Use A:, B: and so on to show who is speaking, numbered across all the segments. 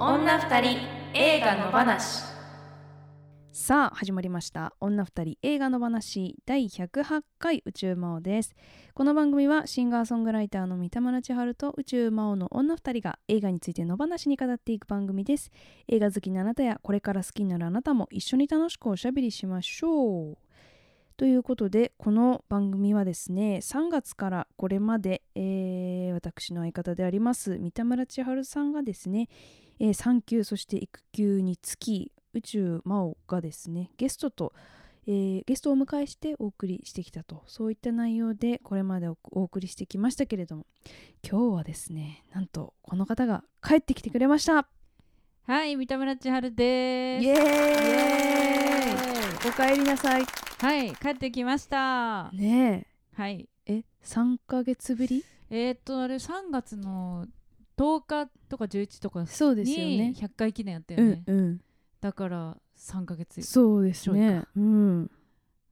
A: 人映画の話
B: さあ始まりました女二人映画の話第108回宇宙魔王ですこの番組はシンガーソングライターの三田村千春と宇宙魔王の女二人が映画について野放しに語っていく番組です映画好きなあなたやこれから好きになるあなたも一緒に楽しくおしゃべりしましょうということでこの番組はですね3月からこれまで、えー私の相方であります三田村千春さんがですね、えー産休そして育休につき宇宙魔王がですねゲストと、えーゲストをお迎えしてお送りしてきたとそういった内容でこれまでおお送りしてきましたけれども今日はですねなんとこの方が帰ってきてくれました
C: はい、三田村千春で
B: イ
C: す。
B: エーイ
C: イエーイ
B: おかえりなさい
C: はい、帰ってきました。
B: ね
C: はい、
B: ええ3ヶ月ぶり
C: えー、っと、あれ3月の10日とか11とか
B: そうですよ
C: に
B: ね
C: 100回記念やったよ
B: う
C: ね。
B: んうん
C: だから3ヶ月。
B: そうですねうん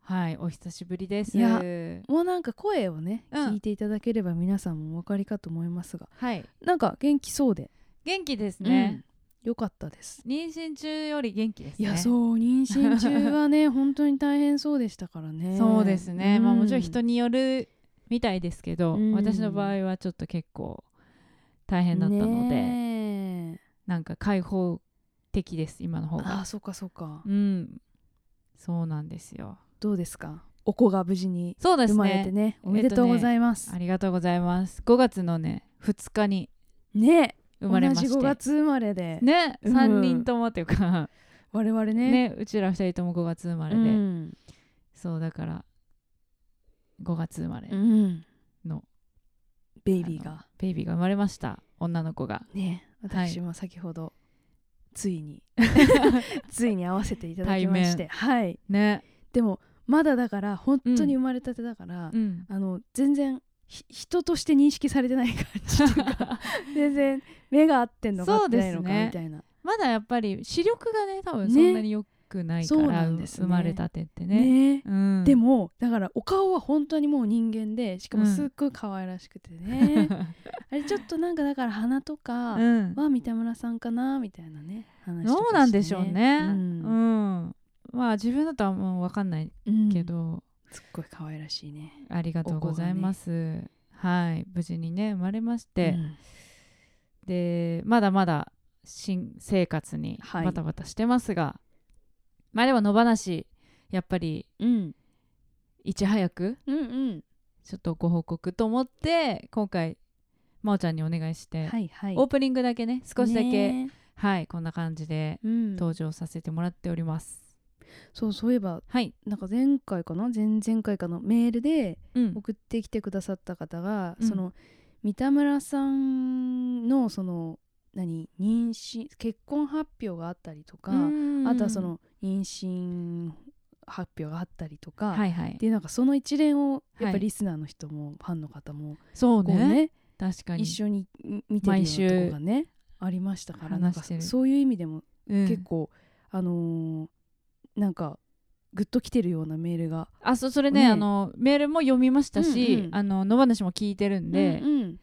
C: はい、お久しぶりです。
B: いやもうなんか声をね、
C: うん
B: 聞いていただければ皆さんもお分かりかと思いますが
C: はい、
B: なんか元気そうで、
C: 元気ですね。
B: うんよかったです
C: 妊娠中より元気です
B: い
C: ね。
B: や、そう妊娠中はね 本当に大変そうでしたからね
C: そうですね。まあもちろん人
B: に
C: によるみたいですけど、
B: うん
C: 私の場合はちょっと結構大変だったので。
B: ね
C: なんか開放的です今の方
B: えああ
C: が
B: そうかそうか、
C: うんそうなんですよ
B: どうですかお子が無事に
C: そうで
B: 生
C: す
B: まれ
C: ね
B: てねおめでとうございます、
C: ありがとうございます5月のね2日に
B: ね
C: 生まれま
B: 同じ
C: し
B: 5
C: て
B: 月生まれで、
C: ね
B: うん
C: 3人ともっていうか
B: 我々ね
C: ねうちら2人とも5月生まれ
B: う
C: で
B: ん
C: そうだから5月生まれ
B: うん
C: の
B: ベイビーが
C: ベイビーが生まれました女の子が
B: ね
C: はい
B: 私も先ほど、つ いについに会わせていただきましてはい
C: ね
B: でもまだだから本当に生まれたてだから、
C: うん
B: あの全然ひ人として認識されてない感じっていうか 全然目が合ってんのか合
C: そ
B: っ
C: う
B: て
C: で
B: な
C: すね
B: いのかみたいな
C: まだやっぱり視力がね多分
B: ね
C: そんなに良くないか
B: そうな
C: ら、
B: んですね
C: 生まれたてってね
B: ね
C: うん、
B: でもだからお顔は本当にもう人間でしかも
C: うん
B: すっごい可愛らしくて ね、あれちょっとなんかだから鼻とか
C: うん、
B: は三田村さんかなみたいなね話とかしてね
C: どうなんでしょうね。
B: う
C: うんん、まあ自分だとはもう分かんない
B: うん
C: けど、
B: すっごい可愛らしいね
C: ありがとうございます。はい、無事にね生まれまして、
B: うん
C: でまだまだ新生活に
B: はい
C: バタバタしてますが、まあでも野放しやっぱり
B: うん、
C: いち早く
B: うんうん
C: ちょっとご報告と思って今回真央ちゃんにお願いして、
B: はいはい
C: オープニングだけね少しだけ、
B: ね
C: はいこんな感じで
B: うん、
C: 登場させてもらっております。
B: そうそういえば
C: はい、
B: なんか前回かな前々回かのメールで
C: うん、
B: 送ってきてくださった方が、
C: うん
B: その三田村さんのその何妊娠結婚発表があったりとか、
C: うん
B: あとはその妊娠発表があったりとか、
C: はいはい
B: でなんかその一連をやっ
C: は
B: ぱ
C: い
B: リスナーの人もファンの方も
C: そう
B: こう
C: ね
B: ね
C: 確かに
B: 一緒に見てるよ
C: 毎
B: う
C: 週
B: なとこがねありましたからなんか
C: 話してる
B: そういう意味でも
C: うん
B: 結構、あのーなんかグッときてるようなメールが
C: あそうそれね
B: ね
C: あのメールも読みましたし、
B: うんうん
C: あの野放しも聞いてるんで、
B: うんうん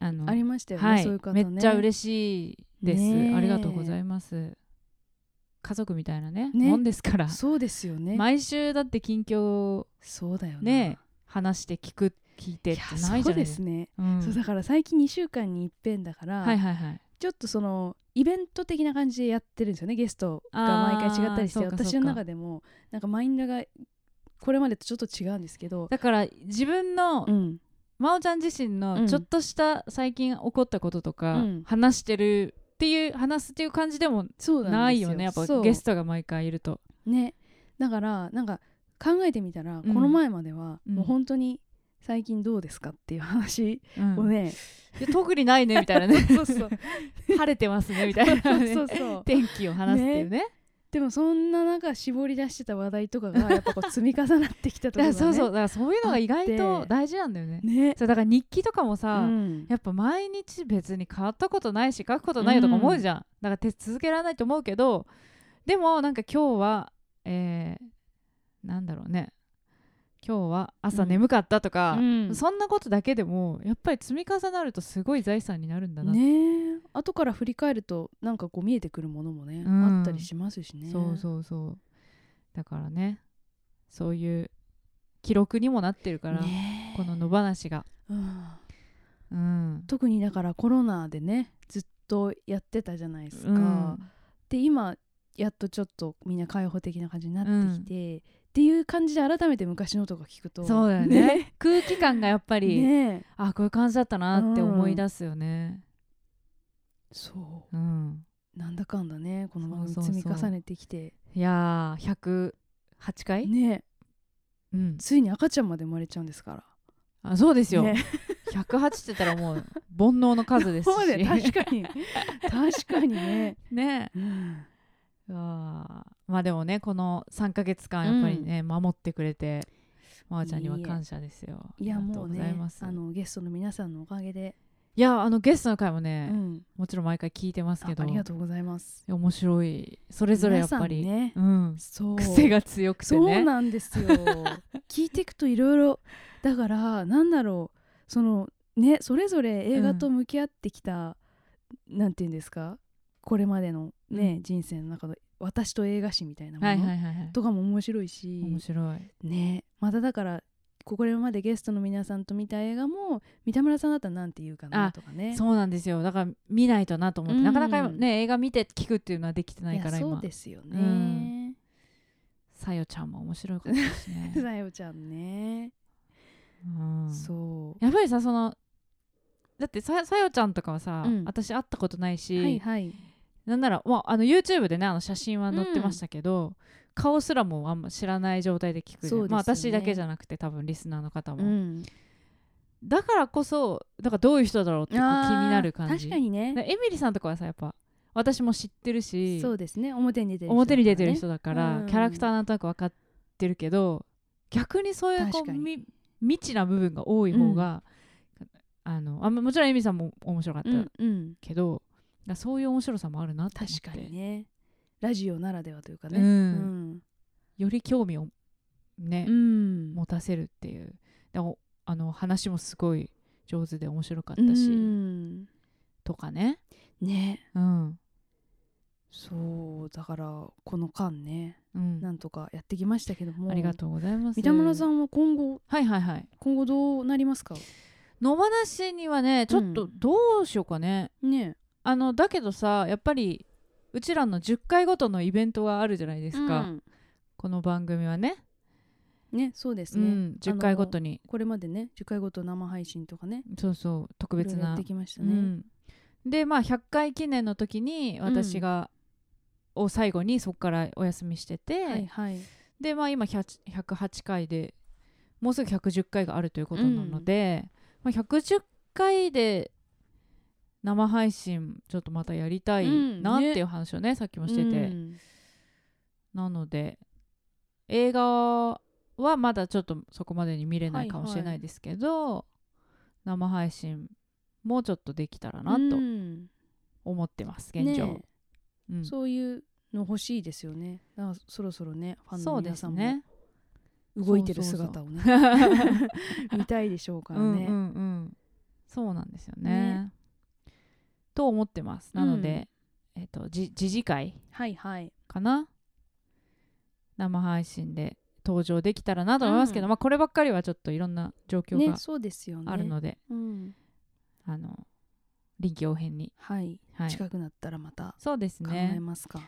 C: あの
B: ありましたよね、
C: はい
B: そういう方
C: め
B: ね。
C: っちゃ嬉しいです、
B: ねえ
C: ありがとうございます家族みたいなね
B: ね
C: もんですから
B: そうですよね。
C: 毎週だって近況を
B: そうだよな
C: ね話して聞く聞いてっ
B: い
C: て
B: や
C: ないじゃない
B: そう
C: で
B: ですす
C: か、
B: ね、
C: うん
B: そうだから最近2週間に一遍だから、
C: はいはいはい
B: ちょっとそのイベント的な感じでやってるんですよねゲストが毎回違ったりして
C: あーそうかそうか
B: 私の中でもなんかマインドがこれまでとちょっと違うんですけど、
C: だから自分の、
B: うん、
C: 真央ちゃん自身
B: うん
C: のちょっとした最近起こったこととか、
B: うん
C: 話してるっていう話すっていう感じでも
B: そうなんですよ
C: ないよねやっぱ
B: そう
C: ゲストが毎回いると
B: ねだからなんか考えてみたら、
C: うん
B: この前までは
C: うん
B: もう本当に最近どうですかっていう話
C: うん
B: をね、
C: で特にないねみたいなね
B: そうそう
C: 晴れてますねみたいな、 ね、
B: そうそうそう
C: 天気を話すっていうね
B: でもそんな中絞り出してた話題とかがやっぱこう積み重なってきたと
C: だ
B: こ
C: から そ
B: ろが、ね、
C: うそうだからそういうのが意外
B: あっ
C: と
B: て
C: 大事なんだよね
B: ね、
C: そうだから日記とかも
B: う
C: さ、
B: ん、
C: やっぱ毎日別に変わったことないし書くことないよとか思うじゃん、だから手続けられないと思うけどでもなんか今日はえー、なんだろうね今日は朝眠かったとか、
B: うん
C: そんなことだけでもやっぱり積み重なるとすごい財産になるんだな、
B: ねえ後から振り返るとなんかこう見えてくるものもね、
C: うん
B: あったりしますしね
C: そうそうそうだからねそういう記録にもなってるから、
B: ねえ
C: この野放しが、
B: うん
C: うん、
B: 特にだからコロナでねずっとやってたじゃないですか、
C: うん
B: で今やっとちょっとみんな開放的な感じになってきて、っていう感じで改めて昔のとか聞くと
C: そうだよね空気感がやっぱ
B: ね
C: り、
B: ね
C: あこういう感じだったなって思い出すよね。
B: そ
C: うん、
B: うなんだかんだねこの番組
C: そうそうそう
B: 積み重ねてきて
C: いやー108回、
B: ね
C: うん、
B: ついに赤ちゃんまで生まれちゃうんですから
C: あそうですよ、
B: ね
C: 108って言ったらもう煩悩の数ですし
B: そうだよ確かに確かにね、
C: ね
B: うん
C: あーまあでもねこの3ヶ月間やっぱりね、守ってくれてまーちゃんにはい
B: いえ
C: 感謝ですよ
B: いや
C: ありがと
B: もう
C: ござい
B: ね
C: ます
B: あのゲストの皆さんのおかげで、
C: いやあのゲストの回もね、
B: うん、
C: もちろん毎回聞いてます
B: あ
C: けど
B: ありがとうございます
C: 面白いそれぞれやっぱり、
B: 皆さんね、
C: うん、
B: そう
C: 癖が強くて
B: そう
C: ね
B: なんで すよ聞いていくといろいろだからなんだろうそのねそれぞれ映画と向き合ってきた、なんて言うんですかこれまでのね、
C: うん
B: 人生の中の私と映画史みたいなもの、
C: はいはいはいはい
B: とかも面白いし
C: 面白い
B: ねまただからこれまでゲストの皆さんと見た映画も三田村さんだったらなんて言うかな
C: あ
B: とかね
C: そうなんですよだから見ないとなと思って、
B: うん
C: なかなかね映画見て聞くっていうのはできてないから
B: やそ
C: 今
B: うですよ
C: う
B: ね
C: んさよちゃんも面白いことです ね、
B: さよちゃんね、
C: うん、
B: そ
C: やっぱりさそのだってささよちゃんとかはさ、
B: うん
C: 私会ったことないうし、
B: はいはい
C: なんなら、まあ、あの YouTube でねあの写真は載ってましたけど、顔すらもあんま知らない状態で聞くじゃん
B: そうですよね
C: まあ、私だけじゃなくて多分リスナーの方も、
B: うん
C: だからこそだからどういう人だろうってこう気に
B: あー
C: なる感じ
B: 確かにね
C: だからエミリさんとかはさやっぱ私も知ってるし
B: そうですね表に出てる人だからね
C: 表に出てる人だから、
B: うん
C: キャラクターなんとなく分かってるけど逆にそういうこ
B: 確
C: う
B: かに
C: み未知な部分が多い方が、あのあもちろんエミさんも面白かった
B: うんうん
C: けど、だからそういう面白さもあるなって思って
B: 確かにねラジオならではというかね
C: うん
B: うん
C: より興味をね、
B: うん
C: 持たせるっていうでもあの話もすごい上手で面白かっ
B: う
C: たし、
B: ん
C: とかね、
B: ね
C: うん
B: そうだからこの間ね
C: うん、
B: なんとかやってきましたけども
C: ありがとうございます
B: 三田村さ
C: ん
B: んは今後
C: はいはいはい
B: 今後どうなりますか
C: 野放しにはねちょっとどうしようかね、
B: ね
C: あのだけどさやっぱりうちらの10回ごとのイベントがあるじゃないですか、
B: うん
C: この番組はね
B: ねそうです
C: う
B: ね
C: ん、10回ごとに
B: これまでね10回ごと生配信とかね
C: そうそう特
B: いろ
C: 別
B: いろや
C: な
B: ってきました
C: う
B: ね
C: ん、でまあ100回記念の時に私が、を最後にそこからお休みしてて、
B: はいはい
C: でまあ今100 108回でもうすぐ110回があるということなので、まあ、110回で生配信ちょっとまたやりたいなっ
B: うんね
C: ていう話をねさっきもしてて、
B: うん
C: なので映画はまだちょっとそこまでに見れないかもしれないですけど、生配信もちょっとできたらな
B: う
C: と
B: ん
C: 思ってます現状、
B: ね
C: うん
B: そういうの欲しいですよね。だからそろそろね、ファンの
C: そう
B: 皆
C: です
B: さんも
C: ね
B: 動いてる
C: そうそうそう
B: 姿をね、見たいでしょうから
C: うんう
B: ね。
C: んうんそうなんですよね
B: ね
C: と思ってますなので、えっ、とじ時事会
B: はいはい。
C: かな生配信で登場できたらなと思いますけど、
B: うん
C: まあこればっかりはちょっといろんな状況
B: ね
C: が、
B: そうですよね。
C: あるので、
B: うん。
C: あの臨機応変に、
B: はい。
C: はい、
B: 近くなったらまた
C: そうです
B: 考え
C: ね
B: ますか。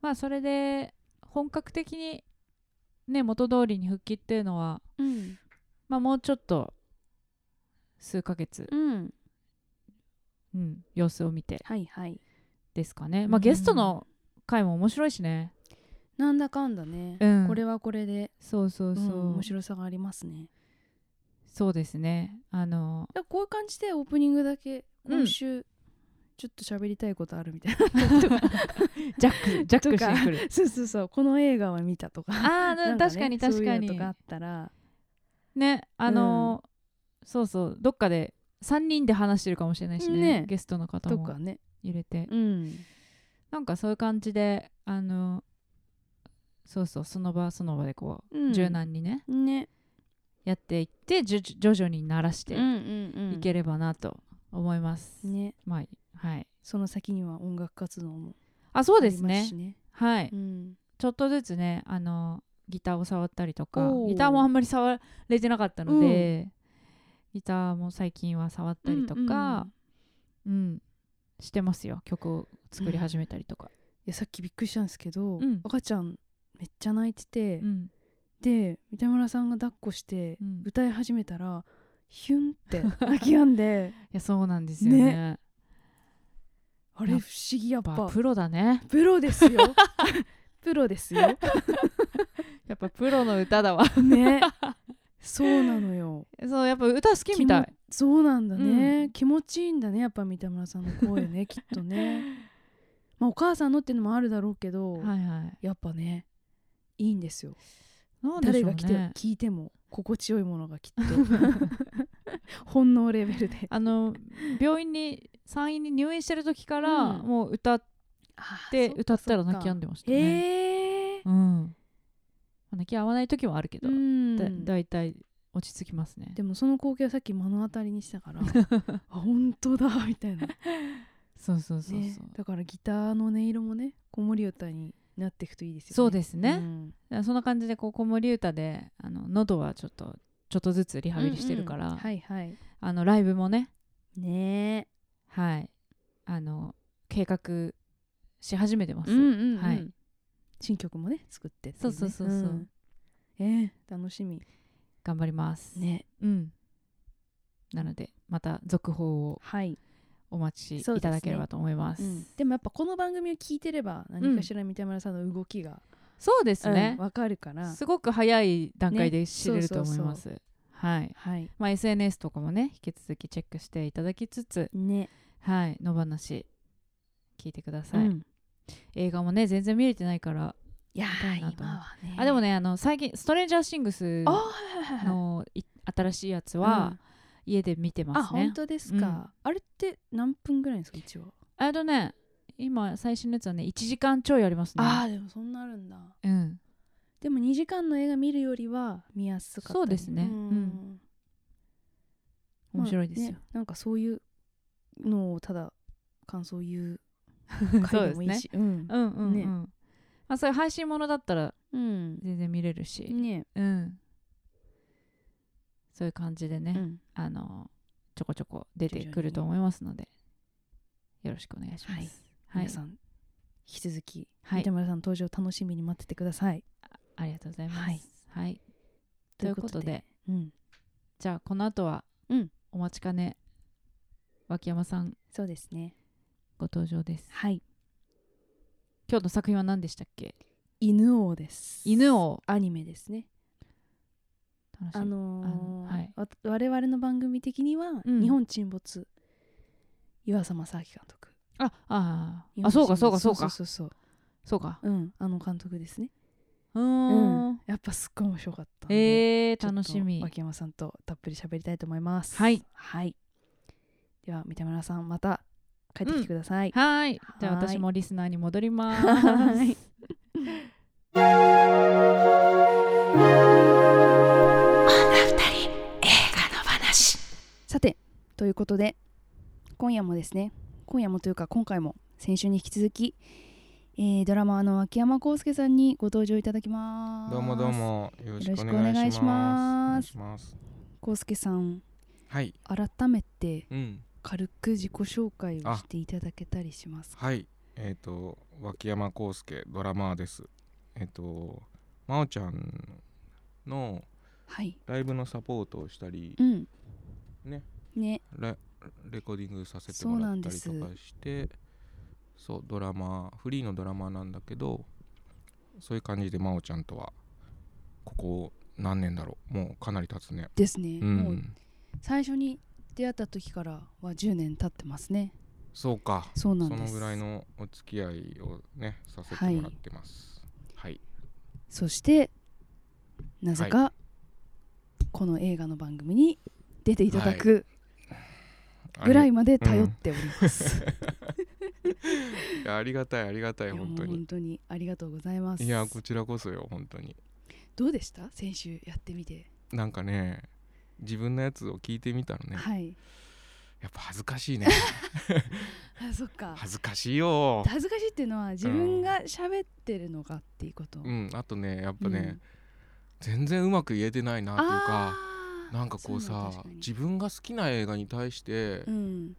C: まあそれで本格的にね元通りに復帰っていうのは
B: うん。
C: まあもうちょっと数ヶ月、
B: うん。
C: うん、様子を見て
B: はいはい。
C: ですかねまあ
B: うん
C: ゲストの回も面白いしね
B: なんだかんだね、
C: うん
B: これはこれで、
C: そうそうそう、
B: うん面白さがありますね。
C: そうですねあの
B: だからこういう感じでオープニングだけ
C: うん
B: 今週、ちょっと喋りたいことあるみたいな
C: ジャック ジャックしてくる
B: そうそうそうこの映画は見たとか
C: ああ
B: なんかね
C: 確かに確かに
B: そういうのとかあったら
C: ねあの、そうそうどっかで3人で話してるかもしれないしね
B: ね
C: ゲストの方
B: と
C: も
B: かね
C: 入れて
B: うん
C: なんかそういう感じであのそうそうその場その場でこう、
B: うん
C: 柔軟にね
B: ね
C: やっていってじゅ徐々に慣らして
B: うんうんうん
C: いければなと思います、
B: ね
C: まあはい
B: その先には音楽活動も
C: あそうですねはい、
B: うん
C: ちょっとずつねあのギターを触ったりとか
B: おー
C: ギターもあんまり触れてなかったので、ギターも最近は触ったりとか、うんしてますよ曲を作り始めたりと か、
B: いやさっきびっくりしたんですけど、
C: うん
B: 赤ちゃんめっちゃ泣いてて、
C: うん
B: で三田村さんが抱っこして
C: うんい
B: 歌い始めたらヒュ ンって泣き止んで
C: やそうなんですよね
B: ね
C: やっ
B: あれ
C: やっ
B: 不思議やっぱ
C: ぱプロだね
B: プロですよ プロですよ
C: やっぱプロの歌だわ
B: ねそうなのよ
C: そうやっぱ歌好きみたい
B: そうなんだね、
C: う
B: 気持ちいいんだねやっぱ三田村さんの 声ねきっとねまあお母さんのっていうのもあるだろうけど、
C: はいはい
B: やっぱねいいんですよ
C: なんで
B: 誰
C: しょう
B: が来て
C: ね
B: 聞いても心地よいものがきっ と本能レベルで
C: あの病院に産院に入院してる時から、
B: うん
C: もう歌っ
B: あー
C: て
B: そっか
C: 歌ったら
B: そっか
C: 泣き止んでましたね、
B: へえ
C: うん、泣き合わない時もあるけど、
B: うん
C: だだいたい落ち着きますね
B: でもその光景をさっき目の当たりにしたから あ本当だみたいな、ね、
C: そうそうそうそう、
B: だからギターの音色もね子守歌になっていくといいですよね
C: そうですね
B: ん
C: だからそんな感じでこう子守歌であの喉はちょっとちょっとずつリハビリしてるから、
B: うんうんはいはい
C: あのライブもね
B: ね
C: はいあの計画し始めてます、
B: うんうんうん、
C: はい
B: 新曲もね作ってっていね、
C: そうそうそうそうん
B: えー、楽しみ
C: 頑張ります、
B: ね
C: うんなのでまた続報を
B: はい、
C: お待ち
B: そう
C: い
B: ですね
C: ただければと思います
B: うんでもやっぱこの番組を聞いてれば何かしら三田村さんの動きが、
C: そうです
B: うん
C: ね、
B: わかるから
C: すごく早い段階で
B: ね
C: 知れると思いま
B: そう
C: す、はい
B: はい
C: まあ、SNS とかもね引き続きチェックしていただきつつ
B: ね、
C: はい野放し聞いてください、
B: うん
C: 映画もね全然見れてないから、
B: いやー
C: 見たいなと
B: 今
C: 思う
B: はね
C: あでもねあの最近「ストレンジャーシングス
B: あー」はいはいはい
C: のい新しいやつは、家で見て
B: あ
C: ますね
B: 本当ですか、
C: うん
B: あれって何分ぐらいですか一応、
C: あとね今最新のやつはね1時間ちょいありますね
B: ああでもそんなあるんだ
C: うん
B: でも2時間の映画見るよりは見やすかったり
C: そうですね
B: ん
C: うん面白いですよ
B: まあね、なんかそういうのをただ感想を言 う
C: そう
B: 回
C: で
B: ですもい
C: ね
B: いしうん
C: うんうんうん、
B: ね
C: まあそういう配信ものだったら
B: うん
C: 全然見れるし、
B: ね
C: うんそういう感じでね、
B: うん
C: あのちょこちょこ出て
B: 徐々に
C: くると思いますのでよろしくお願いします。はい、
B: 皆さん引き続き、
C: はい
B: 三田村さんの登場楽しみに待っててください
C: ありがとうございます。は
B: はい
C: い、ということで
B: うん、
C: じゃあこの後は、
B: うん
C: お待ちかね脇山さん
B: そうですね
C: ご登場です。
B: はい
C: 今日の作品は何でしたっけ？
B: 犬王です
C: 犬を
B: アニメですね
C: 楽しみ
B: あのー
C: あのはい
B: わ我々の番組的には「
C: うん
B: 日本沈没」岩浅正明監督
C: ああ
B: 日
C: ー
B: 本
C: あそうか
B: 沈
C: そう
B: 没
C: かそうか
B: そうそうそう
C: そうか。
B: うんあの監督ですね
C: うーん。
B: やっぱすっごい面白かったんで
C: え
B: ち
C: ー、
B: ょっと
C: 楽しみ。
B: 脇山さんとたっぷり喋りたいと思います
C: はい、
B: はい、では三田村さんまた帰ってきてください、
C: はい。じゃあ
B: はい
C: 私もリスナーに戻ります。
B: はいさてということで今夜もですね今夜もというか今回も先週に引き続き、えードラマーの脇山康介さんにご登場いただきます
D: どうもどうもよろしくお
B: よろしくお願
D: 願
B: い
D: い
B: し
D: し
B: ま
D: ますす。お願いします
B: 康介さん
D: はい、
B: 改めて
D: うん、
B: 軽く自己紹介をしていただけたりしますか
D: はい、えっ、と脇山康介ドラマーです。えっ、とまおちゃんの
B: はい
D: ライブのサポートをしたり
B: う、ん
D: ね
B: ね
D: レレコーディングさせてもらったりと
B: そうな
D: か
B: ん
D: して、そうドラマフリーのドラマーなんだけど、そういう感じでまおちゃんとはここ何年だろう、もうかなり経つね。
B: ですね、
D: う、
B: もうん最初に出会った時からは10年経ってますね
D: そうか。
B: そうなん
D: そ
B: で
D: の
B: す
D: ぐらいのお付き合いをねさせてもらってます。はい、
B: そしてなぜかこの映画の番組に出ていただくぐらいまで頼っております、
D: ありいやありがたいありがたい
B: いやもう
D: 本当に
B: 本当にありがとうございます
D: いやこちらこそよ本当に
B: どうでした先週やってみて
D: なんかね自分のやつを聞いてみたらね
B: はい
D: やっぱ恥ずか しいね
B: あそっか
D: 恥ずかしいよ
B: 恥ずかしいっていうのは自分が喋ってるのがっていうこと、
D: うんあとねやっぱ
B: う
D: ね
B: ん、
D: 全然うまく言えてないなっていうか
B: あー
D: なんかこ
B: そう
D: うさ
B: だ確かに
D: 自分が好きな映画に対して
B: うん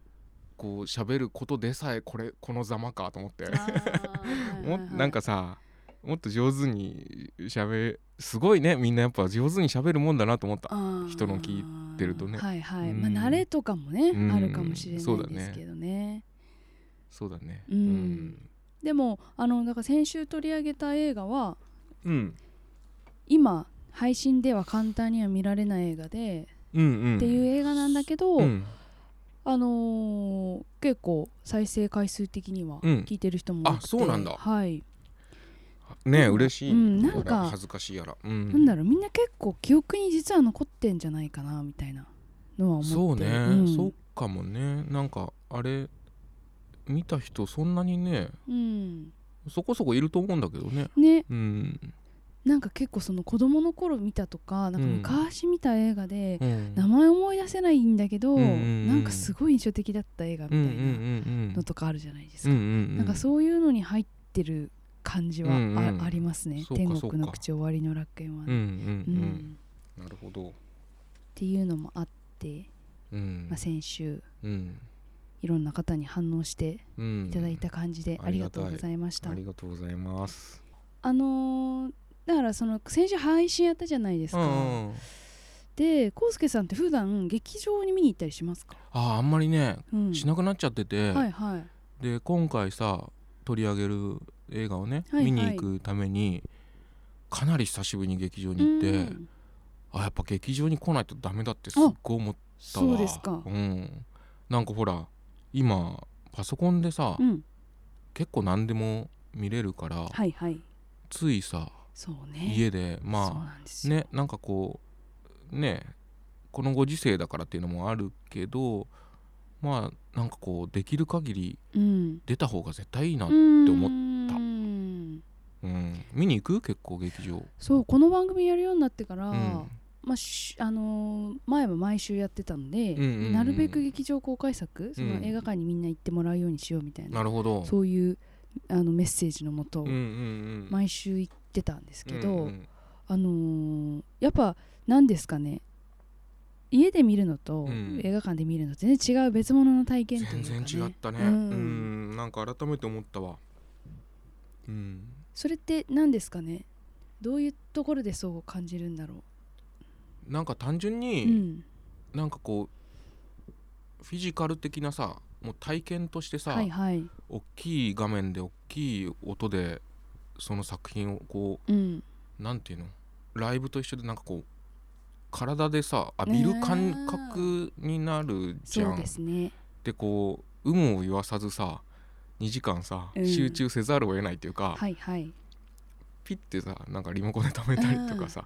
D: こう喋ることでさえこれこのざまかと思 って
B: あー
D: も
B: はいはいはい
D: なんかさもっと上手に喋すごいねみんなやっぱ上手に喋るもんだなと思った
B: あー
D: 人の聞いてるとね
B: はいはい、
D: うん
B: まあ慣れとかもね、
D: うん
B: あるかもしれ
D: そう
B: な
D: だ
B: い
D: ね
B: ですけどね
D: そうだね
B: うんでもあのだから先週取り上げた映画は
D: うん
B: 今配信では簡単には見られない映画で、
D: うんうん
B: っていう映画なんだけど、
D: うん
B: あのー結構再生回数的には
D: うん
B: 聞いてる人も多くて、
D: あそうなんだ
B: はい、
D: ね嬉しい、
B: うんなんか
D: やら恥ずかしいやら、うん、
B: なんだろうみんな結構記憶に実は残ってんじゃないかなみたいなのは思って
D: そうね、
B: ん
D: そうかもねなんかあれ見た人そんなにね
B: うん
D: そこそこいると思うんだけどね
B: ね
D: うん、
B: なんか結構その子供の頃見たとかなんか
D: うん
B: 昔見た映画で
D: うん、
B: 名前思い出せないんだけど、
D: うんうんうん
B: なんかすごい印象的だった映画み
D: うんうん
B: たいな
D: うん
B: のとかあるじゃないです
D: う
B: か、
D: んうん
B: なんかそういうのに入ってる感じはあ,、
D: うんうん
B: ありますね「
D: そうか
B: 天
D: そう
B: 国
D: か
B: の口終わりの楽園は、
D: うんうん
B: ね
D: う
B: うんん
D: なるほど
B: っていうのもあって、
D: うん
B: まあ、先週
D: うん
B: いろんな方に反応して
D: うん
B: いただいた感じで
D: うん
B: ありがとうございました、
D: ありがとうございます
B: あのーだからその先週配信やったじゃないですか、
D: うんうん
B: でコウスケさんって普段劇場に見に行ったりしますか、
D: ああんまりね
B: うん、
D: しなくなっちゃってて、
B: はいはい
D: で今回さ取り上げる映画をね、
B: はいはい
D: 見に行くためにかなり久しぶりに劇場に行って、
B: うん
D: あやっぱ劇場に来ないとダメだってすっごい思ったわ
B: そうですか
D: うん、なんかほら今パソコンでさ、
B: うん
D: 結構何でも見れるから、
B: はいはい
D: ついさ
B: そうね
D: 家で
B: そう
D: ま
B: なんです
D: あ
B: よ、
D: ねなんかこうねこのご時世だからっていうのもあるけどまあなんかこうできる限り
B: うん、
D: 出た方が絶対いいな、
B: って
D: 思った
B: た
D: うん見に行く結構劇場。
B: そうこの番組やるようになってから、
D: うん
B: まあしあのー前は毎週やってたんで、
D: うんうんうん
B: なるべく劇場公開作その
D: うん
B: 映画館にみんな行ってもらうようにしようみたいな,、
D: なるほど。
B: そういうあのメッセージのもと、
D: うんうんうん。
B: 毎週行ってたんですけど、
D: うんうん
B: あのーやっぱ何ですかね家で見るのと
D: うん
B: 映画館で見るのと全然違う別物の体験という
D: 全
B: か、ね、
D: 然違ったね。う
B: うん
D: ん、なんか改めて思ったわ。うん。
B: それって何ですかねどういうところでそう感じるんだろ
D: なんか単純
B: う、
D: に、
B: うん、
D: なんかこうフィジカル的なさもう体験としてさ、
B: はいはい、
D: 大きい画面で大きい音でその作品をこ
B: うん、
D: うなんていうのライブと一緒でなんかこう体でさ浴びる感覚になるじゃ。
B: そうんですね
D: でこう有無を言わさずさ2時間さ、
B: うん
D: 集中せざるを得ないというか、
B: はいはい
D: ピッてさなんかリモコンで止めたりとかさ、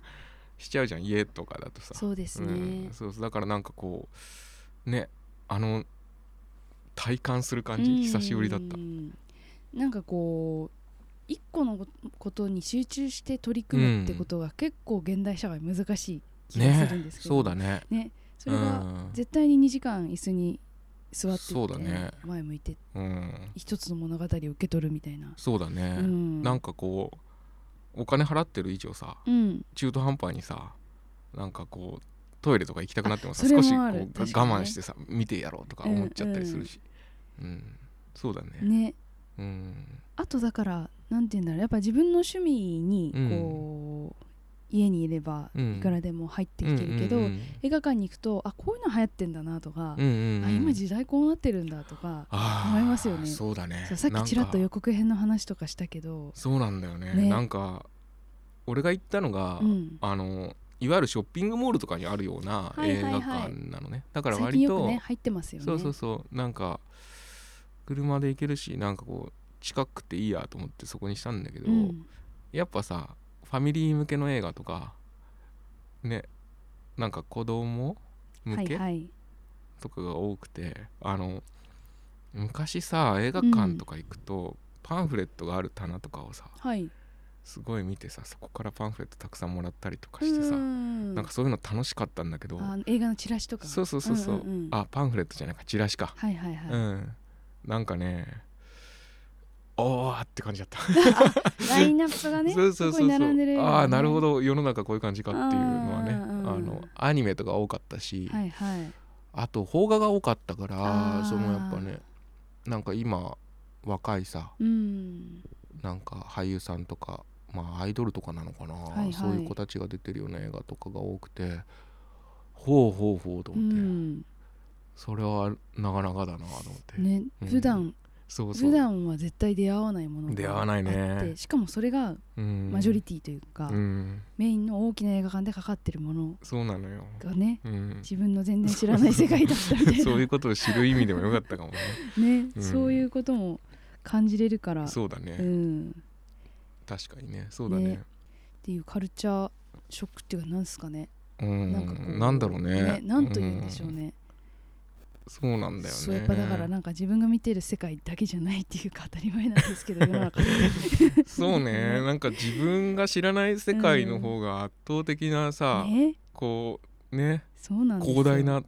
D: しちゃうじゃん家とかだとさ
B: そうですね、
D: うんそうそうだからなんかこうねあの体感する感じ
B: うん
D: 久しぶりだった。
B: なんかこう一個のことに集中して取り組むってことが結構現代社会難しい気がするん
D: ね
B: ですけど、
D: そうだね。
B: ねそれ
D: う
B: が
D: ん
B: 絶対に2時間椅子に座ってて
D: そうだね
B: 前向いて
D: うん、
B: 一つの物語を受け取るみたいな、
D: そうだね、
B: うん
D: なんかこうお金払ってる以上さ
B: うん
D: 中途半端にさなんかこうトイレとか行きたくなってもさ
B: あそれも
D: 少しこう
B: あ
D: 我
B: る確かにね
D: 慢してさ見てやろうとか思っちゃったりするし、うんそうだね
B: ね
D: うん
B: あとだからなんて言うんだろうやっぱ自分の趣味にこう、家にいれば
D: うん
B: いくらでも入ってきてるけど、
D: うんうん
B: 映画館に行くとあこういうの流行ってんだなとか、
D: うんうんうん
B: あ今時代こうなってるんだとか
D: あー
B: 思いますよね
D: そうだね
B: そうさっきちらっと
D: なん
B: 予
D: か
B: 告編の話とかしたけど、
D: そうなんだよね
B: ね
D: なんか俺が行ったのが、
B: うん、
D: あのいわゆるショッピングモールとかにあるような
B: はい
D: 映
B: はい
D: 画
B: はい
D: 館なのね、だから
B: 最近
D: 割
B: よく
D: と、
B: ね入ってますよね
D: そうそうそうなんか車で行けるしなんかこう近くていいやと思ってそこにしたんだけ
B: う
D: ど、
B: ん
D: やっぱさファミリー向けの映画とかねなんか子供
B: は
D: 向
B: い
D: け
B: はい
D: とかが多くて、あの昔さ映画館とか行くと、パンフレットがある棚とかをさ
B: はい
D: すごい見てさそこからパンフレットたくさんもらったりとかしてさ、
B: うん
D: なんかそういうの楽しかったんだけど
B: あ映画のチラシとか
D: そうそうそうそう,、
B: んんん
D: あパンフレットじゃないかチラシか、
B: はいはいはい、
D: うんなんかねおーって感じだった、
B: ラインナップがね
D: そうそうそう
B: そこに並んでる
D: そ
B: よ
D: う
B: うね
D: ああなるほど世の中こういう感じかっていうのはね
B: あー
D: あのアニメとか多かったし、
B: はいはい
D: あと邦画が多かったから
B: あー
D: そのやっぱねなんか今若いさ
B: うん
D: なんか俳優さんとかまあアイドルとかなのかな、
B: いはい
D: そういう子たちが出てるような映画とかが多くてほうほうほうと
B: う
D: 思って、
B: ん
D: それはなかなかだなと思って、
B: ね
D: うん
B: 普段
D: そうそう
B: 普段は絶対出会わないものが
D: 出会わないね
B: あってしかもそれが
D: うん
B: マジョリティというか、
D: うん
B: メインの大きな映画館でかかってるもの
D: そう なのよ、
B: がね
D: うん、
B: 自分の全然知らない世界だったみたいな
D: そういうことを知る意味でもよかった かもね
B: ね、
D: うん
B: そういうことも感じれるから
D: そうだね、
B: うん、っ
D: 確かにねそうだね
B: ねていうカルチャーショックっていうかなんですかね、
D: うん
B: な
D: なん
B: かこうん
D: だろうね
B: なんというんでしょうね,、
D: そうなんだよね
B: そうやっぱだからなんか自分が見てる世界だけじゃないっていうか当たり前なんですけど世の中で
D: そう ね
B: ね
D: なんか自分が知らない世界の方が圧倒的なさ、
B: ね
D: こうね
B: そうなんですよ
D: 広大な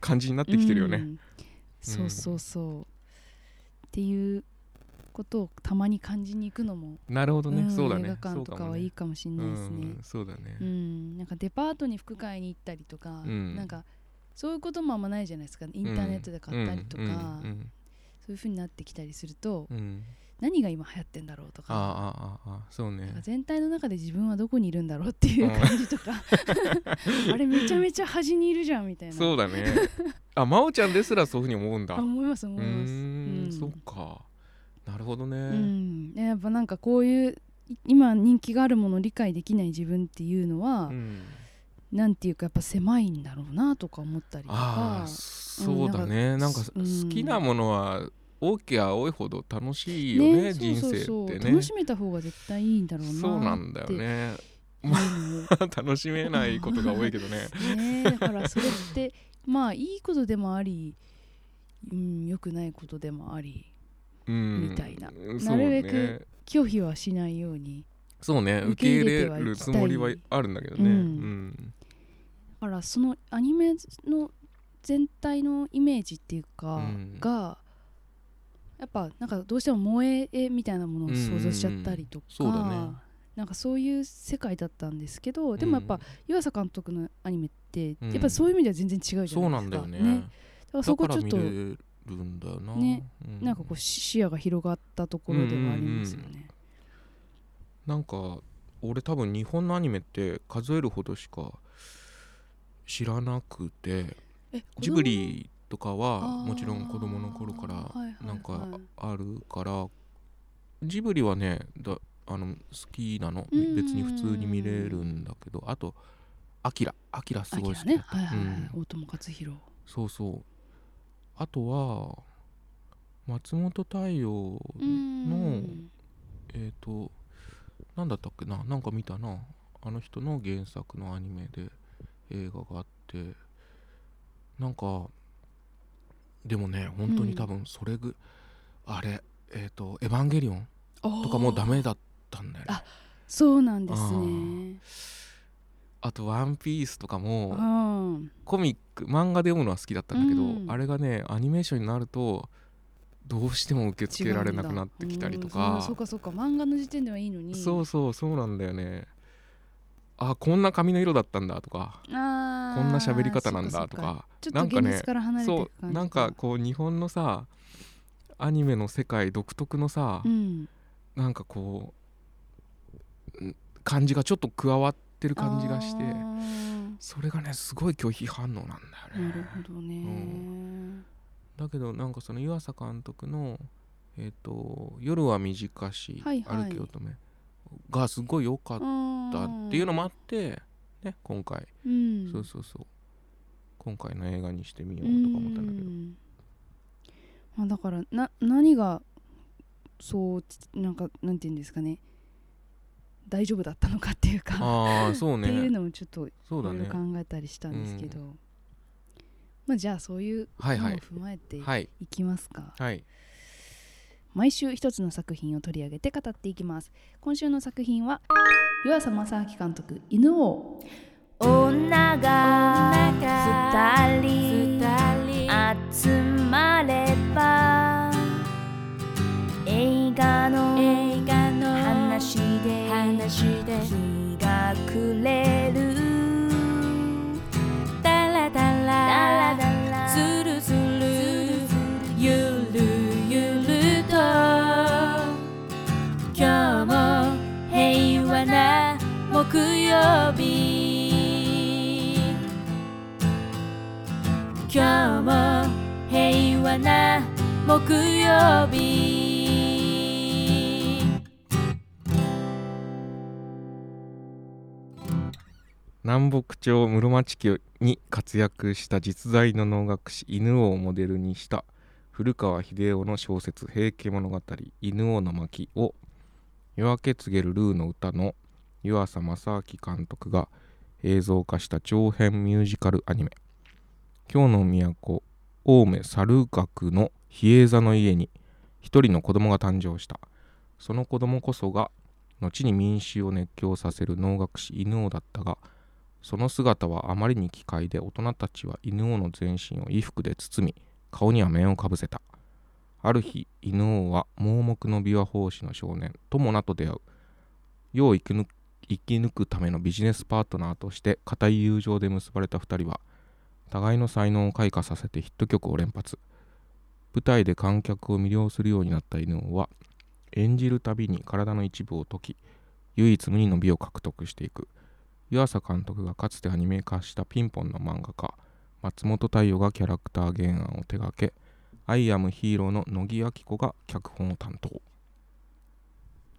D: 感じになってきてるよね、
B: うんそうそうそう、っていうことをたまに感じに行くのも、
D: なるほどね、
B: うん
D: そうだね
B: 映画館とかはいいかもしれ
D: そうか
B: ないです
D: もね
B: ね、
D: うんそうだね、
B: うん、なんかデパートに服買いに行ったりとか、
D: うん
B: なんかそういうこともあんまないじゃないですかインターネットで買ったりとか、
D: うんうん
B: そういう風になってきたりすると、
D: うんうん
B: 何が今流行ってんだろうと
D: あ
B: か
D: あああああそう
B: な
D: ね
B: んか全体の中で自分はどこにいるんだろうっていう感じとか、あれめちゃめちゃ端にいるじゃんみたいな
D: そうだねあ真央ちゃんですらそういうふうに思うんだ
B: あ思います
D: う
B: 思い
D: ー
B: ます。
D: ん
B: うん
D: そっかなるほどね、
B: うん、やっぱなんかこういうい今人気があるものを理解できない自分っていうのは、
D: うん
B: なんていうかやっぱ狭いんだろうなとか思ったりと
D: あ
B: か
D: あそうだね、
B: うんな
D: な
B: んん
D: か
B: か
D: 好きなものは多きゃ多いほど楽しいよね人
B: そうそ
D: 生
B: うそう
D: って
B: 楽
D: ね
B: しめた方が絶対いいんだろうな
D: そうなんだよね
B: うん
D: 楽しめないことが多いけどね
B: ねだからそれってまあいいことでもあり、うん、良くないことでもあり
D: うん
B: みたいな
D: そう
B: なるべ
D: ね
B: く拒否はしないように
D: そうね受
B: 受け
D: け入
B: 入
D: れ
B: れてはいきたい
D: るつもりはあるんだけどねう
B: うん
D: ん
B: だからそのアニメの全体のイメージっていうか、
D: うん
B: がやっぱなんかどうしても萌え絵みたいなものを想像しちゃったりとか、
D: うんうんうんそうだね
B: なんかそういう世界だったんですけど、
D: ん
B: でもやっぱ湯浅監督のアニメって、
D: うん
B: やっぱそういう意味では全然違うじゃないですか。
D: そうなんだよね
B: だから
D: だ
B: そこ
D: から
B: ちょっ
D: 見
B: と
D: れるんだよな、
B: ね
D: うん
B: なんかこう視視野が広がったところではありますよね。
D: なんか俺多分日本のアニメって数えるほどしか知らなくて
B: え子供
D: ジブリとかは
B: あー
D: もちろん子供の頃か
B: はいはいは
D: ら
B: い
D: なんかあるからジブリはねだあの好きなの
B: うんうんうん
D: 別に普通に見れるんだけどあと「アキラ」「アキラ」す
B: アキ
D: ごい好
B: ラね、
D: きだった、
B: はいはいはい
D: うん
B: 大友克洋。
D: そうそうあとは松本太陽の
B: うん
D: えっ、となんだったっけななんか見たなあの人の原作のアニメで映画があってなんかでもね本当に多分それぐ、あれえっ、と「エヴァンゲリオン」とかもうダメだったんだよね
B: あそうなんです
D: あ
B: ね。
D: あと「ワンピースとかも
B: うん
D: コミック漫画で読むのは好きだったんだけど、
B: うん
D: あれがねアニメーションになるとどうしても受け付けられなくなってきたりと
B: う
D: か
B: んそうかそうか漫画の時点ではいいのに
D: そうそうそうなんだよねあこんな髪の色だったんだとか
B: あー
D: こんな喋り方なん
B: そ
D: だ
B: う
D: と
B: そう
D: か
B: ち
D: な
B: ょっ
D: ん
B: と
D: か
B: 現
D: ね
B: 実から離れてい
D: そ
B: く感
D: う
B: じ
D: なんかこう日本のさアニメの世界独特のさ、
B: ん、
D: なんかこうん感じがちょっと加わってる感じがして
B: あー
D: それがねすごい拒否反応なんだよ
B: な
D: ね
B: るほどね、
D: うんだけどなんかその湯浅監督の「えー、と夜は短し、
B: はいはい
D: 歩き乙女」がすごい良かっ
B: あ
D: た
B: ー
D: っていうのもあって、ね、今回
B: うん
D: そうそうそう今回の映画にしてみようとか思ったんだけど
B: うんまあ、だからな何がそうなんかなんていうんですかね大丈夫だったのかっていうか、
D: ああそう
B: っていう
D: ね
B: のもちょっとい
D: そうだ
B: ろいろ
D: ね
B: 考えたりしたんですけど、まあじゃあそういう
D: はい
B: のを
D: はい
B: 踏まえて
D: はい
B: いきますか、
D: はい
B: 毎週一つの作品を取り上げて語っていきます今週の作品は湯浅正明監督「犬王
A: 女が二人集まれば映画の話で日が暮れるダラダラズルズルゆるゆると今日も平和な木曜日今日も平和な木曜日
D: 南北朝室町家に活躍した実在の能楽師犬王をモデルにした古川秀夫の小説「平家物語犬王の巻」を夜明け告げるルーの歌の湯浅正明監督が映像化した長編ミュージカルアニメ「京の都青梅猿楽の比叡座の家に一人の子供が誕生したその子供こそが後に民衆を熱狂させる能楽師犬王だったがその姿はあまりに奇怪で大人たちは犬王の全身を衣服で包み顔には面をかぶせたある日犬王は盲目の琵琶法師の少年友名と出会う世を生き抜生き抜くためのビジネスパートナーとして固い友情で結ばれた2人は互いの才能を開花させてヒット曲を連発舞台で観客を魅了するようになった犬王は演じるたびに体の一部を解き唯一無二の美を獲得していく湯浅監督がかつてアニメ化したピンポンの漫画家松本太陽がキャラクター原案を手掛け「アイアムヒーロー」の乃木明子が脚本を担当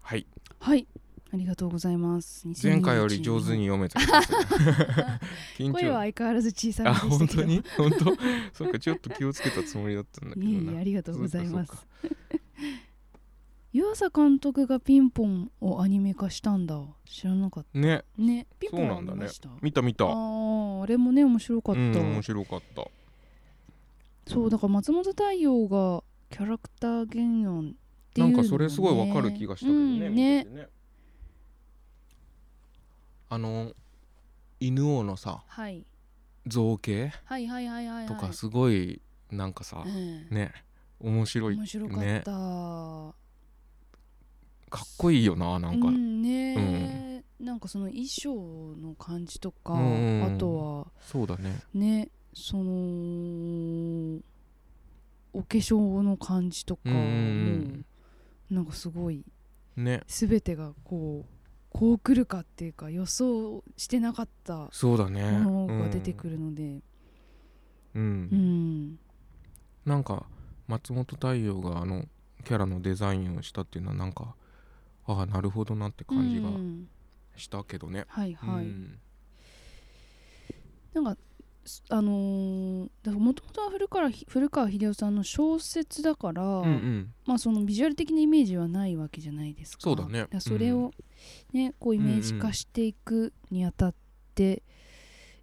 D: はい」
B: はいありがとうございます
D: 前回より上手に読めてます 緊
B: 声は相変わらず小さめ
D: あ
B: でしたけど
D: 本当に 本当そっかちょっと気をつけたつもりだったんだけど
B: いえいえ
D: な
B: ありがとうございま
D: そうか
B: す湯浅監督がピンポンをアニメ化したんだ知らなかっ
D: ね
B: たねピンポン
D: そうなんだね
B: 見ました
D: 見た見
B: あ
D: た
B: ーあれもね面白かった、
D: うん面白かった
B: そうだから松本太陽がキャラクター原案っていう
D: な
B: の
D: ん
B: もね
D: かそれすごいわかる気がしたけどね,、
B: うん、ね
D: あの犬王のさ
B: はい
D: 造形
B: はいはいはいはいはい
D: とかすごいなんかさ、
B: うん
D: ね面白い
B: 面白かった、
D: ねかっこいいよななんか、
B: うんね、なんかその衣装の感じとか、
D: うんうんうん
B: あとは
D: そうだね
B: ねそのお化粧の感じとか、
D: うんうん
B: もうなんかすごい
D: うんね
B: 全てがこうこう来るかっていうか予想してなかった
D: そうだね
B: ものが出てく
D: る、
B: るので、
D: う
B: う
D: ん
B: ん
D: なんか松本太陽があのキャラのデザインをしたっていうのはなんかああなるほどなって感じが
B: うん
D: したけどね、
B: はいはい、
D: うん
B: なんかすあのーだからもともとは古川ひ古川秀夫さんの小説だから、
D: うんうん
B: まあそのビジュアル的なイメージはないわけじゃないですか
D: そうだね
B: からそれを、ねこうイメージ化していくにあたって、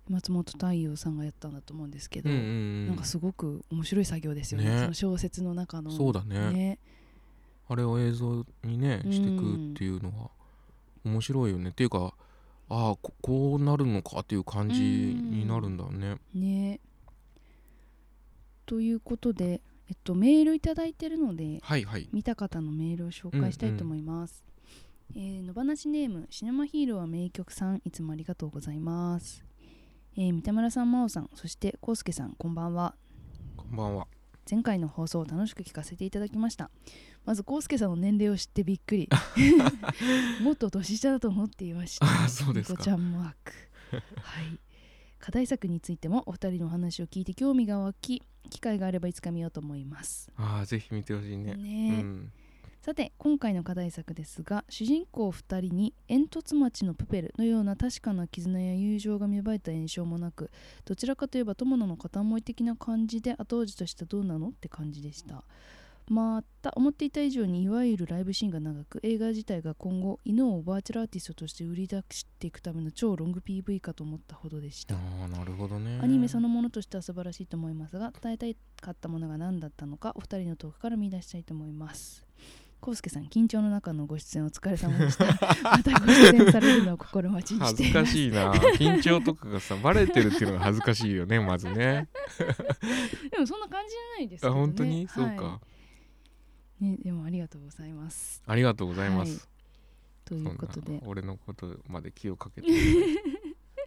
B: 松本太陽さんがやったんだと思うんですけど、
D: うんうんうん
B: なんかすごく面白い作業ですよね
D: ね
B: その小説の中の
D: そうだね
B: ね
D: あれを映像にね
B: うん
D: してくっていうのは面白いよね、っていうかああここうなるのかっていう感じになるんだよね、
B: ねということで、えっと、メールいただいてるので
D: はいはい
B: 見た方のメールを紹介したいと思います、えー野放しネームシネマヒーローは名曲さんいつもありがとうございます、えー三田村さん真央さんそして康介さんこんばんは
D: こんばんは
B: 前回の放送を楽しく聞かせていただきましたまず康介さんの年齢を知ってびっく りもっと年下だと思っていました
D: ああそうです
B: ニコ
D: か
B: ちゃんマークはい課題作についてもお二人のお話を聞いて興味が湧き機会があればいつか見ようと思います
D: ああぜひ見てほしいねう
B: ねえ
D: ん、
B: さて今回の課題作ですが主人公2人に煙突町のプペルのような確かな絆や友情が芽生えた印象もなくどちらかといえば友野の片思い的な感じで後味としてどうなのって感じでしたまた思っていた以上にいわゆるライブシーンが長く映画自体が今後犬をバーチャルアーティストとして売り出していくための超ロング PV かと思ったほどでした、
D: ああなるほどね
B: アニメそのものとしては素晴らしいと思いますが伝えたいかったものが何だったのかお二人のトークから見出したいと思いますコウスケさん緊張の中のご出演お疲れ様で したまたご出演されるのを心待ちにし
D: 恥
B: て
D: ず
B: い
D: か
B: ます
D: しいな緊張とかがさバレてるっていうのが恥ずかしいよ ねまずね
B: でもそんな感じないですけ
D: あ
B: どね
D: 本当にそうか、
B: はねでもありがとうございます
D: ありがとうございます、
B: はいとい
D: そん
B: う
D: な
B: ことで
D: 俺のことまで気をか けてくれて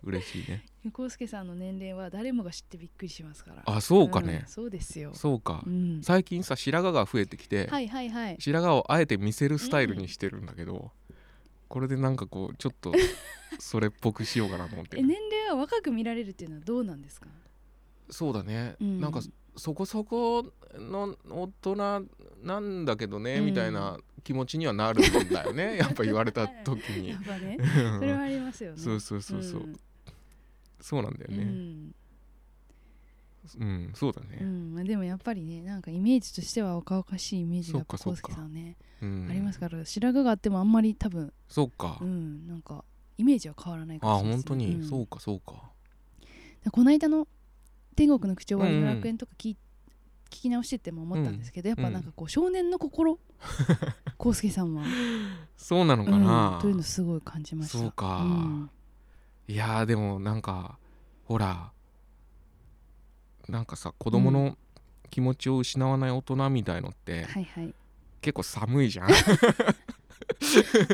D: 嬉しいね
B: コウスケさんの年齢は誰もが知ってびっくりしますから
D: あそうかね
B: ん、そうですよ
D: そうか、
B: うん
D: 最近さ白髪が増えてきて、
B: はいはいはい
D: 白髪をあえて見せるスタイルにしてるんだけど、これでなんかこうちょっとそれっぽくしようかなと思って
B: え
D: る、
B: 年齢は若く見られるっていうのはどうなんですか、
D: そうだね、
B: うん
D: なんかそこそこの大人なんだけどね、
B: うん
D: みたいな気持ちにはなるんだ よねやっぱ言われた時
B: や
D: に
B: っぱねそれは
D: そ
B: ありますよね
D: うそうそうそう、
B: ん
D: そうなんだよ
B: う
D: ね
B: ん
D: うん、そうだ
B: う
D: ね
B: んまあでもやっぱりねなんかイメージとしては若々しいイメージがやっぱ
D: そ
B: コ
D: う
B: ウス
D: か
B: ケさんね
D: うん、
B: ありますから白髪があってもあんまり多分
D: そうか、
B: うんなんかイメージは変わらないかも
D: あ
B: しれない
D: 本当に、
B: ん
D: そうかそうか
B: でこの間の「天国の口調は
D: うんうん
B: 楽園」とか聞,、聞き直してっても思ったんですけど、やっ
D: う
B: ぱ
D: ん
B: なんかこう少年の心浩介さんは、
D: そうなのか
B: う
D: な、
B: んというのすごい感じました
D: そうか
B: うん
D: いやーでもなんかほらなんかさ子供の気持ちを失わない大人みたいのって、
B: はいはい
D: 結構寒 いじゃん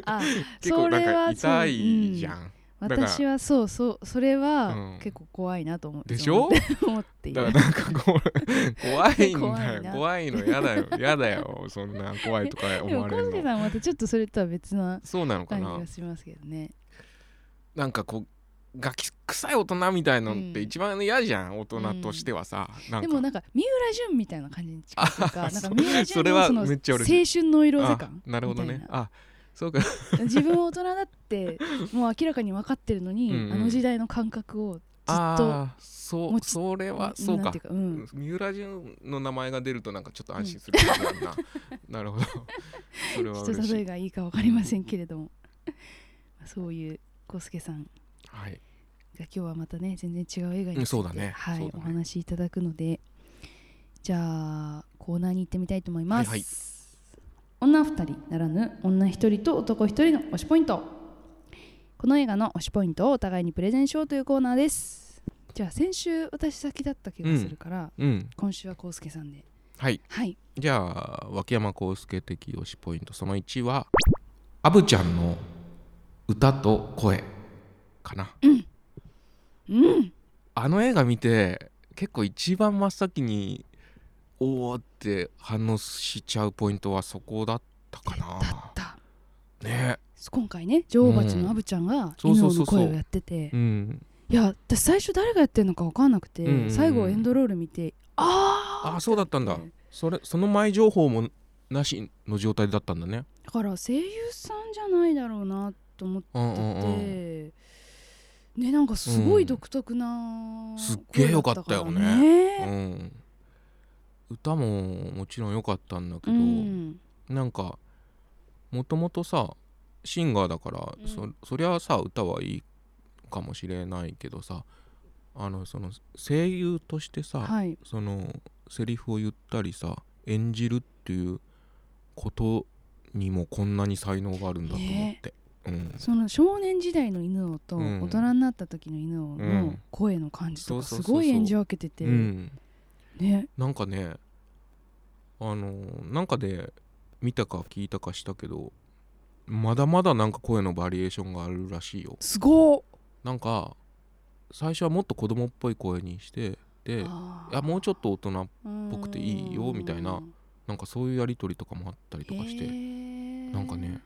B: あ
D: 結構
B: そ
D: なん
B: れ
D: か
B: はそう
D: 痛いじゃ
B: うん
D: ん、だから
B: 私はそうそうそれ
D: う
B: は
D: ん
B: 結構怖いなと思って
D: でしょ
B: 思ってい
D: だ
B: る
D: からなんかこう怖いん
B: 怖
D: だ
B: い
D: よ
B: な
D: 怖いのやだよやだよそんな怖いとか
B: で
D: 思
B: も
D: われ
B: 浩介
D: るの
B: さんはまたちょっとそれとは別な
D: そうなのか
B: 感じ
D: な
B: がしますけどね
D: なんかこうガキ臭い大人みたいのって
B: うん
D: 一番嫌じゃん、大人としてはさ、なんか
B: でもなんか三浦純みたいな感じに近いというかなんか三浦
D: そ
B: 純
D: れ
B: の
D: は
B: その青
D: めっ
B: 春
D: ちゃ嬉
B: の色
D: あ
B: 世感
D: なるほど
B: みたい
D: ね
B: な
D: あそうか
B: 自分は大人だってもう明らかに分かってるのに
D: うんうん
B: あの時代の感覚をずっと
D: あーそ
B: 持
D: う
B: ち
D: それはそう
B: な
D: か
B: んていか、うん、
D: 三浦淳の名前が出るとなんかちょっと安心する感じだな、 なるほどそれは
B: 人
D: 嬉し
B: 例え
D: い
B: がいいか分かりませんけれどもそういうコスケさんが
D: はい
B: 今日はまたね全然違う映画について、
D: うんそうだね
B: はい
D: そうだ
B: お
D: ね
B: 話しいただくのでじゃあコーナーに行ってみたいと思います、
D: はいはい
B: 女2人ならぬ女1人と男1人の推しポイントこの映画の推しポイントをお互いにプレゼンしようというコーナーですじゃあ先週私先だった気がするから、
D: うん
B: 今週はコウスケさんで
D: はい
B: はい
D: じゃあ脇山康介的推しポイントその1はアブちゃんの歌と声かな
B: うん
D: あの映画見て結構一番真っ先におおって反応しちゃうポイントはそこだったかな
B: だ
D: ね
B: 今回ね女王蜂のアブちゃんが
D: そう
B: 犬
D: そう
B: の
D: そうそう
B: 声をやってて
D: うん
B: いや私最初誰がやってるのか分かんなくて、
D: うんうんうん
B: 最後エンドロール見てあー
D: ああそうだったんだ
B: ね
D: それその前情報もなしの状態だったんだね
B: だから声優さんじゃないだろうなと思って
D: うん
B: て、
D: うんうん
B: ねなんかすご
D: う
B: い
D: ん
B: 独特な、
D: すっげえ良かったよね
B: 声だったからね
D: うん、歌ももちろん良かったんだけ
B: う
D: ど、
B: ん
D: なんかもともとさシンガーだから、
B: うん
D: そそりゃさ歌はいいかもしれないけどさあのその声優としてさ、
B: はい
D: そのセリフを言ったりさ演じるっていうことにもこんなに才能があるんだと思って、うん、
B: その少年時代の犬王と
D: うん
B: 大人になった時の犬王
D: う
B: の
D: ん
B: 声の感じとか
D: そうそ
B: す
D: うそうそう
B: ごい演じ分けてて、
D: うん、
B: ね
D: なんかねあのなんかで見たか聞いたかしたけどまだまだなんか声のバリエーションがあるらしいよ
B: すごっ
D: なんか最初はもっと子供っぽい声にしてで
B: あ
D: いやもうちょっと大人
B: っ
D: ぽくていいよみたいななんかそういうやり取りとかもあったりとかして、なんかね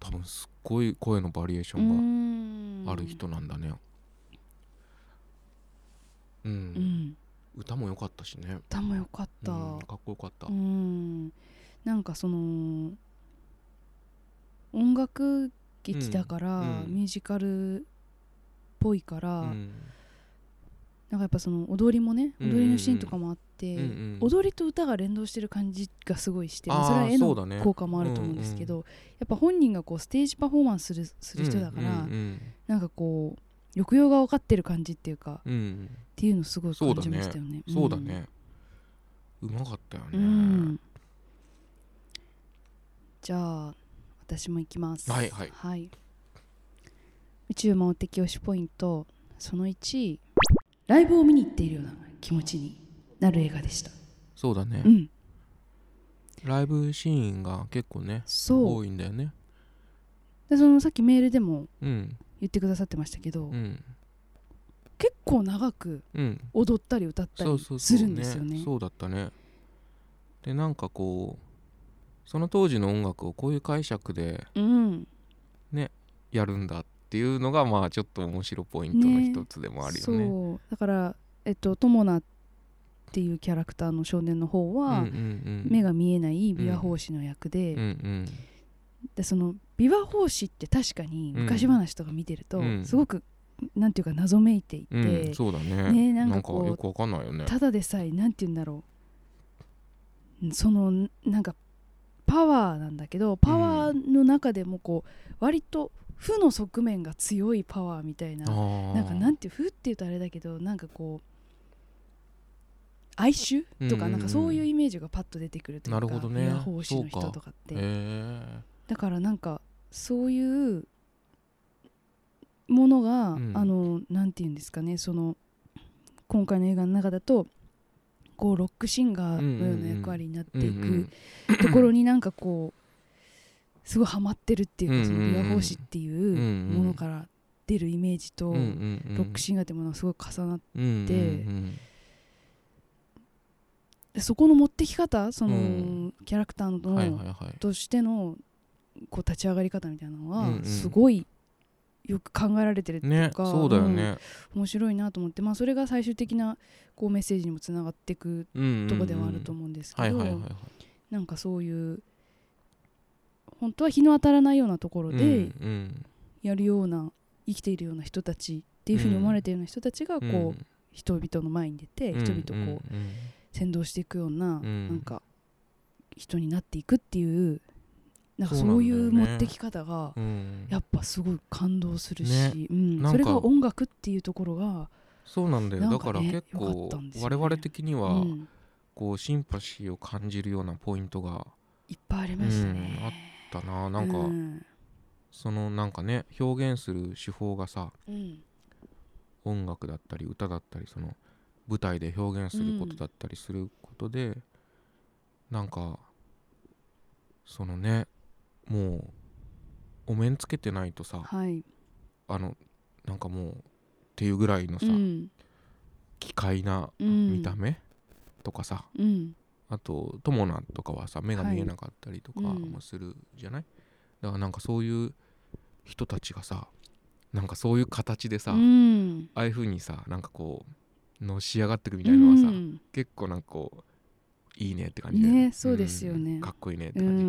D: 多分すっごい声のバリエーションがある人なんだねうん、
B: うん
D: 歌も良かったしね、
B: 歌もよかった
D: うんかっこよかった、
B: うんなんかその音楽劇だから、
D: うんうん
B: ミュージカルっぽいから、
D: うん
B: なんかやっぱその踊りもね
D: うんうん
B: 踊りのシーンとかもあっって、
D: うんうん
B: 踊りと歌が連動してる感じがすごいして、まあ
D: あー
B: それは絵
D: そうだね
B: の効果もあると思うんですけど、やっぱ本人がこうステージパフォーマンスするする人だから、
D: うんうん
B: なんかこう抑揚が分かってる感じっていうか
D: うんうん
B: っていうのすごい感じましたよね。
D: そうだね、うまかったよね、
B: うん。うんじゃあ私も行きます。
D: はいはい
B: 宇宙魔王的推しポイントその1ライブを見に行っているような気持ちになる映画でした。
D: そうだね、
B: うん、
D: ライブシーンが結構ね
B: そう
D: 多いんだよね
B: でそのさっきメールでも
D: うん
B: 言ってくださってましたけど、
D: うん
B: 結構長く
D: うん
B: 踊ったり歌った
D: そう
B: り
D: そうそ
B: す
D: う
B: るんですよね。
D: そうだったねでなんかこうその当時の音楽をこういう解釈で
B: うん
D: やるんだっていうのがまあちょっと面白ポイントの一つでもあるよね
B: そうだからえっと友名っていうキャラクターの少年の方
D: うん
B: は、
D: うんうん
B: 目が見えない琵琶法師の役で、
D: うんうん
B: でその琵琶法師って確かに昔話とか見てると、
D: うん
B: すごくなんていうか謎めいていて、
D: うん、そうだね
B: ねな
D: なんん
B: か
D: か
B: こう
D: よくわかんないよね
B: ただでさえなんて言うんだろうそのなんかパワーなんだけどパワーの中でもこう割と負の側面が強いパワーみたいなな
D: なん
B: かなんていうふって言うとあれだけどなんかこう哀愁とか
D: うんうんう
B: な
D: ん
B: んかそういうイメージがパッと出てくるというか
D: なるほどね
B: ビア法師の人
D: そうか
B: とかって
D: へえ
B: だからなんかそういうものが、
D: うん
B: あのなんて言うんですかねその今回の映画の中だとこうロックシンガーのような役割になってい
D: うんうん
B: くところになんかこうすごいハマってるっていうかその
D: うんうんうん
B: 琵琶法師ってい
D: ん
B: う
D: うん
B: ものから出るイメージと。
D: うんうんうん
B: ロックシンガーってものがすごい重なっ
D: うん
B: てそこの持ってき方その、
D: うん
B: キャラクターの、
D: うんうんはいはいはい
B: としてのこう立ち上がり方みたいなの
D: うんう
B: は
D: ん
B: すごいよく考えられてるっていう
D: ね
B: か、
D: そうだよね、
B: うん面白いなと思って、まあ、それが最終的なこうメッセージにもつながっていく
D: うんうんうん
B: とこではあると思うんですけ
D: はい
B: ど
D: はいはいはい
B: なんかそういう本当は日の当たらないようなところ
D: うん
B: で
D: うん
B: やるような、生きているような人たちっていうふうに思われているような人たちがこう、人々の前に出て、
D: うん
B: 人々をこう、
D: うんうん
B: 先導していくような、
D: うん
B: なんか人になっていくっていうなんか
D: そ
B: そ
D: うなんだよ
B: う
D: ね
B: いう持ってき方が、
D: うん
B: やっぱすごい感動するし、
D: ね
B: うん、
D: なんか
B: それが音楽っていうところが、
D: そうなんだよ
B: なん
D: だ
B: か
D: か
B: ね
D: ら結
B: 良か
D: 構
B: ったんですよ
D: 我
B: ね
D: 々的に
B: う
D: は
B: ん、
D: こうシンパシーを感じるようなポイントが
B: いっぱいありましたね
D: うん。あだななんか
B: うん
D: そのなんかね表現する手法がさ
B: うん
D: 音楽だったり歌だったりその舞台で表現することだったりすることで、なんかそのねもうお面つけてないとさ
B: はい、
D: あのなんかもうっていうぐらいのさ、
B: うん
D: 奇怪な
B: うん
D: 見た目とかさ、
B: うん
D: あと友名とかはさ目が見えなかったりとか
B: はいうん
D: もするじゃない、だからなんかそういう人たちがさなんかそういう形でさ、
B: うん
D: ああいう風にさなんかこうのし上がってくみたいのはさ、
B: うん
D: 結構なんかこういいねって感じだよね
B: ねそうですよね
D: んかっこいいねって
B: う
D: 感
B: ん
D: じ、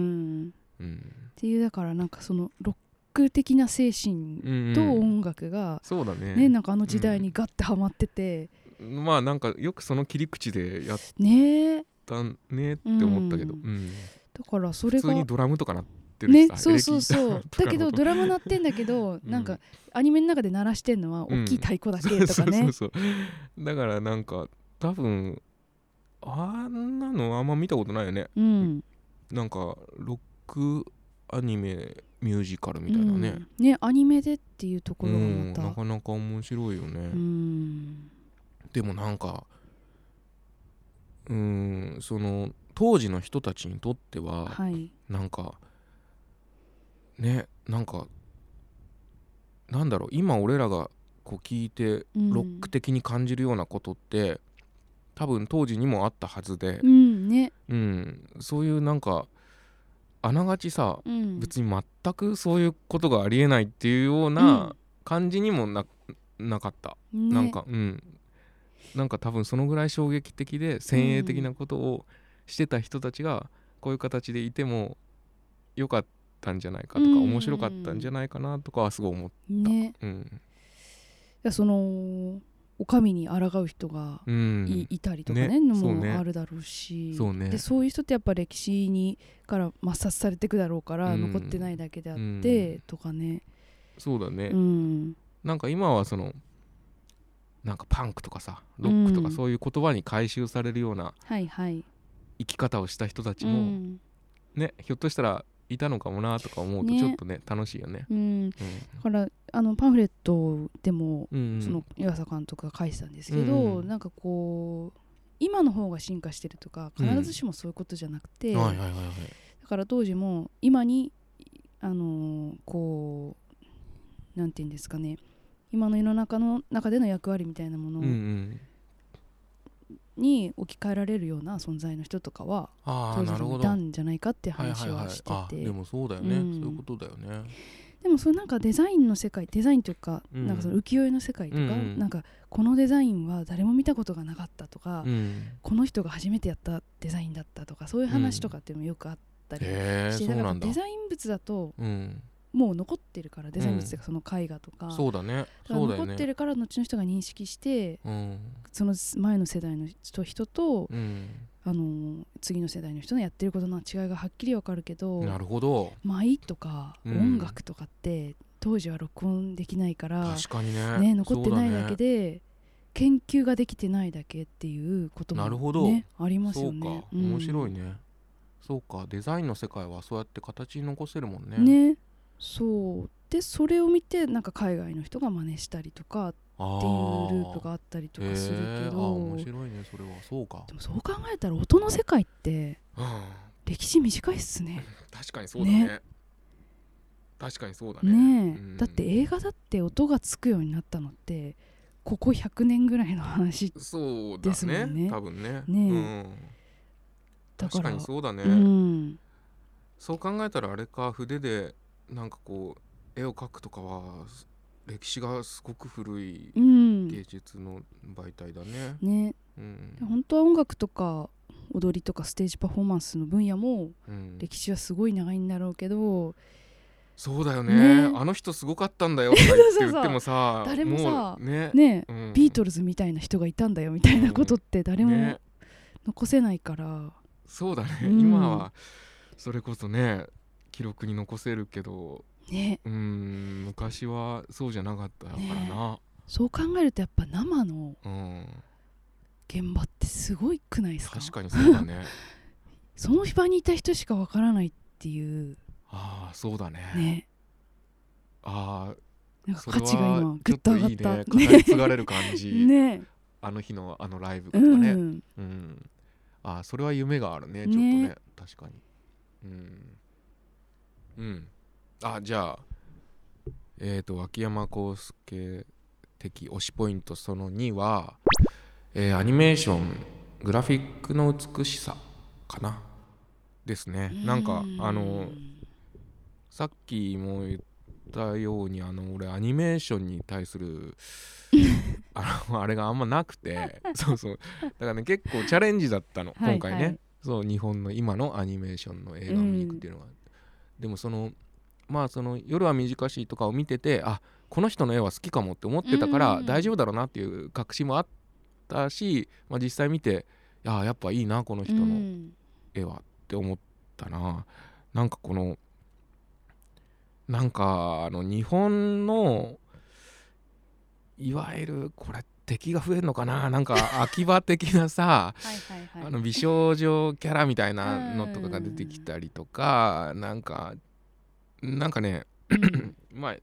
D: うん
B: っていうだからなんかそのロック的な精神
D: うんうん
B: と音楽が、
D: そうだね
B: ねなんかあの時代にガッてはまってて、
D: まあなんかよくその切り口でやっ
B: ね
D: たねって思ったけど、
B: うん
D: うん
B: だからそれ
D: 普通
B: が
D: にドラムとかなってるし
B: ね
D: さ、
B: そうそうそ
D: エレ
B: う
D: キギターとか
B: だ けどドラム鳴ってんだけど、
D: うん
B: なんかアニメの中で鳴らしてんのは大きい太鼓だけとかね、
D: そうそうそうだからなんか多分あんなのあんま見たことないよね
B: うん、
D: なんかロックアニメミュージカルみたいなね、
B: うんねアニメでっていうところが
D: うん
B: ま
D: な
B: た
D: かなか面白いよね、
B: うん
D: でもなんかうーんその当時の人たちにとっては、
B: はい
D: なんかねなんかなんだろう今俺らがこう聞いて
B: うん
D: ロック的に感じるようなことって、多分当時にもあったはずで
B: う、んね
D: うん、そういうなんかあながちさ
B: うん
D: 別に全くそういうことがありえないっていうよう
B: う
D: なん感じにもななかった、
B: ね
D: なんかうんなんか多分そのぐらい衝撃的で先鋭的なことをしてた人たちがこういう形でいても良かったんじゃないかとか、
B: うん
D: 面白かったんじゃないかなとかはすごい思っ
B: ねい
D: た。うん
B: やそのお上に抗う人が
D: う
B: い,、
D: ん、
B: いたりとかね
D: ね
B: の
D: そう
B: も
D: ね
B: あるだろうし
D: そうね
B: でそういう人ってやっぱ歴史にから抹殺されていくだろうから、
D: うん
B: 残ってないだけであって、
D: うん
B: とかね、
D: そうだね、
B: うん、
D: なんか今はそのなんかパンクとかさロックと
B: う
D: か
B: ん
D: そういう言葉に回収されるような
B: はいはい、
D: 生き方をした人たち
B: う
D: も、
B: ん
D: ねひょっとしたらいたのかもなとか思うと
B: ね
D: ちょっとね楽しいよね。
B: うん、だ
D: うん
B: からあのパンフレットでも、
D: うんうん
B: その岩佐監督が書いてたんですけど、
D: うん
B: なんかこう今の方が進化してるとか必ずしもそういうことじゃなくて、
D: はいはいはいはい
B: だから当時も今にあのーこうなんて言うんですかね今の世の中の中での役割みたいなも
D: うんう
B: の
D: ん
B: に置き換えられるような存在の人とかは
D: ああ
B: 当時
D: なる
B: も
D: ほ
B: い
D: ど。
B: た
D: はい
B: んじゃないかって
D: はい
B: 話
D: は
B: はいして
D: あ
B: て
D: でもそうだよね、
B: うん
D: そういうことだよね。
B: でもそのなんかデザインの世界デザインというか
D: うん
B: なんかその浮世絵の世界とか
D: うんうん
B: なんかこのデザインは誰も見たことがなかったとか
D: うん、
B: この人が初めてやったデザインだったとかそういう話とかっていうのもよくあったり
D: へえ
B: して
D: そう
B: だか
D: な
B: ら
D: んだ
B: デ。ザイン物だと
D: うん、
B: もう残ってるからデザイン物っていうかその絵画とか
D: そうだね
B: だから
D: そうだよ
B: 残って
D: ね。
B: るから後の人が認識して
D: うん
B: その前の世代の人人と、
D: うん、
B: あのー次の世代の人のやってることの違いがはっきりわかるけど
D: なるほど
B: 舞とか
D: うん
B: 音楽とかって当時は録音できないから、
D: 確かにね
B: ね、残ってない
D: そう
B: だけで、研究ができてないだけっていうことも、ね、
D: なるほど
B: あります
D: そ
B: よ
D: う
B: ね。
D: か、
B: うん
D: 面白いねそうかデザインの世界はそうやって形に残せるもんね
B: ねそうでそれを見てなんか海外の人が真似したりとかって
D: あー
B: いうループがあったりとかする
D: へ
B: け
D: ーあー
B: ど、
D: 面白いねそれはそうか
B: でもそう考えたら音の世界って
D: うん
B: 歴史短いっすね。
D: 確かにそうだね
B: ね
D: 確かにそうだね
B: ねえ、
D: うん
B: だって映画だって音がつくようになったのってここ100年ぐらいの話
D: そう
B: で
D: だ
B: すも
D: ね
B: んね
D: 多分ね
B: ねえ
D: うん、
B: だ
D: 確
B: から
D: かにそうだね、
B: うん、
D: そう考えたらあれか筆でなんかこう絵を描くとかは歴史がすごく古い
B: うん、
D: 芸術の媒体だね、
B: ね
D: うん
B: 本当は音楽とか踊りとかステージパフォーマンスの分野も
D: うん
B: 歴史はすごい長いんだろうけど、
D: そうだよね
B: ね
D: あの人すごかったんだよとか言っ て
B: そうそうそう
D: 言ってもさ
B: 誰もさ
D: うね
B: ねえ
D: うん
B: ビートルズみたいな人がいたんだよみたいなことって誰も
D: ね
B: 残せないから、
D: そうだね、
B: うん
D: 今はそれこそね記録に残せるけど
B: ね
D: うん昔はそうじゃなかったからな、
B: そう考えるとやっぱ生の
D: うん
B: 現場ってすごいくないですか
D: 確かにそう だね
B: その場にいた人しかわからないっていう
D: ああそうだね
B: ね
D: あ
B: なん
D: あ
B: か
D: そ
B: 価
D: れ
B: 値が今
D: は
B: ぐ
D: ちょ
B: っ
D: っ
B: と
D: と
B: 上が
D: い
B: っ
D: いね
B: た
D: 語り継がれる感じ、
B: ね
D: あの日のあのライブと
B: う
D: かね、
B: ん
D: うん、あーそれは夢があるねちょっと
B: ね
D: ね確かにうんうんあじゃあえっ、と脇山康介的推しポイントその2は、えーアニメーショングラフィックの美しさかなですねなんかあのさっきも言ったようにあの俺アニメーションに対 するあのあれがあんまなくてそうそうだからね結構チャレンジだったの
C: はい
D: 今回ね、
C: はい
D: そう日本の今のアニメーションの映画を見に行くっていうのは、でもそのまあその「夜は短し」とかを見ててあこの人の絵は好きかもって思ってたか
B: うんうん
D: ら
B: うん
D: 大丈夫だろうなっていう確信もあったし、まあ、実際見てあやっぱいいなこの人
B: う
D: の
B: ん
D: 絵はって思ったななんかこのなんかあの日本のいわゆるこれ敵が増えるのかななんか秋葉的なさ
B: はい はいは
D: あ
B: い
D: の美少女キャラみたいなのとかが出てきたりとかなんかなんかね
B: うん
D: まあ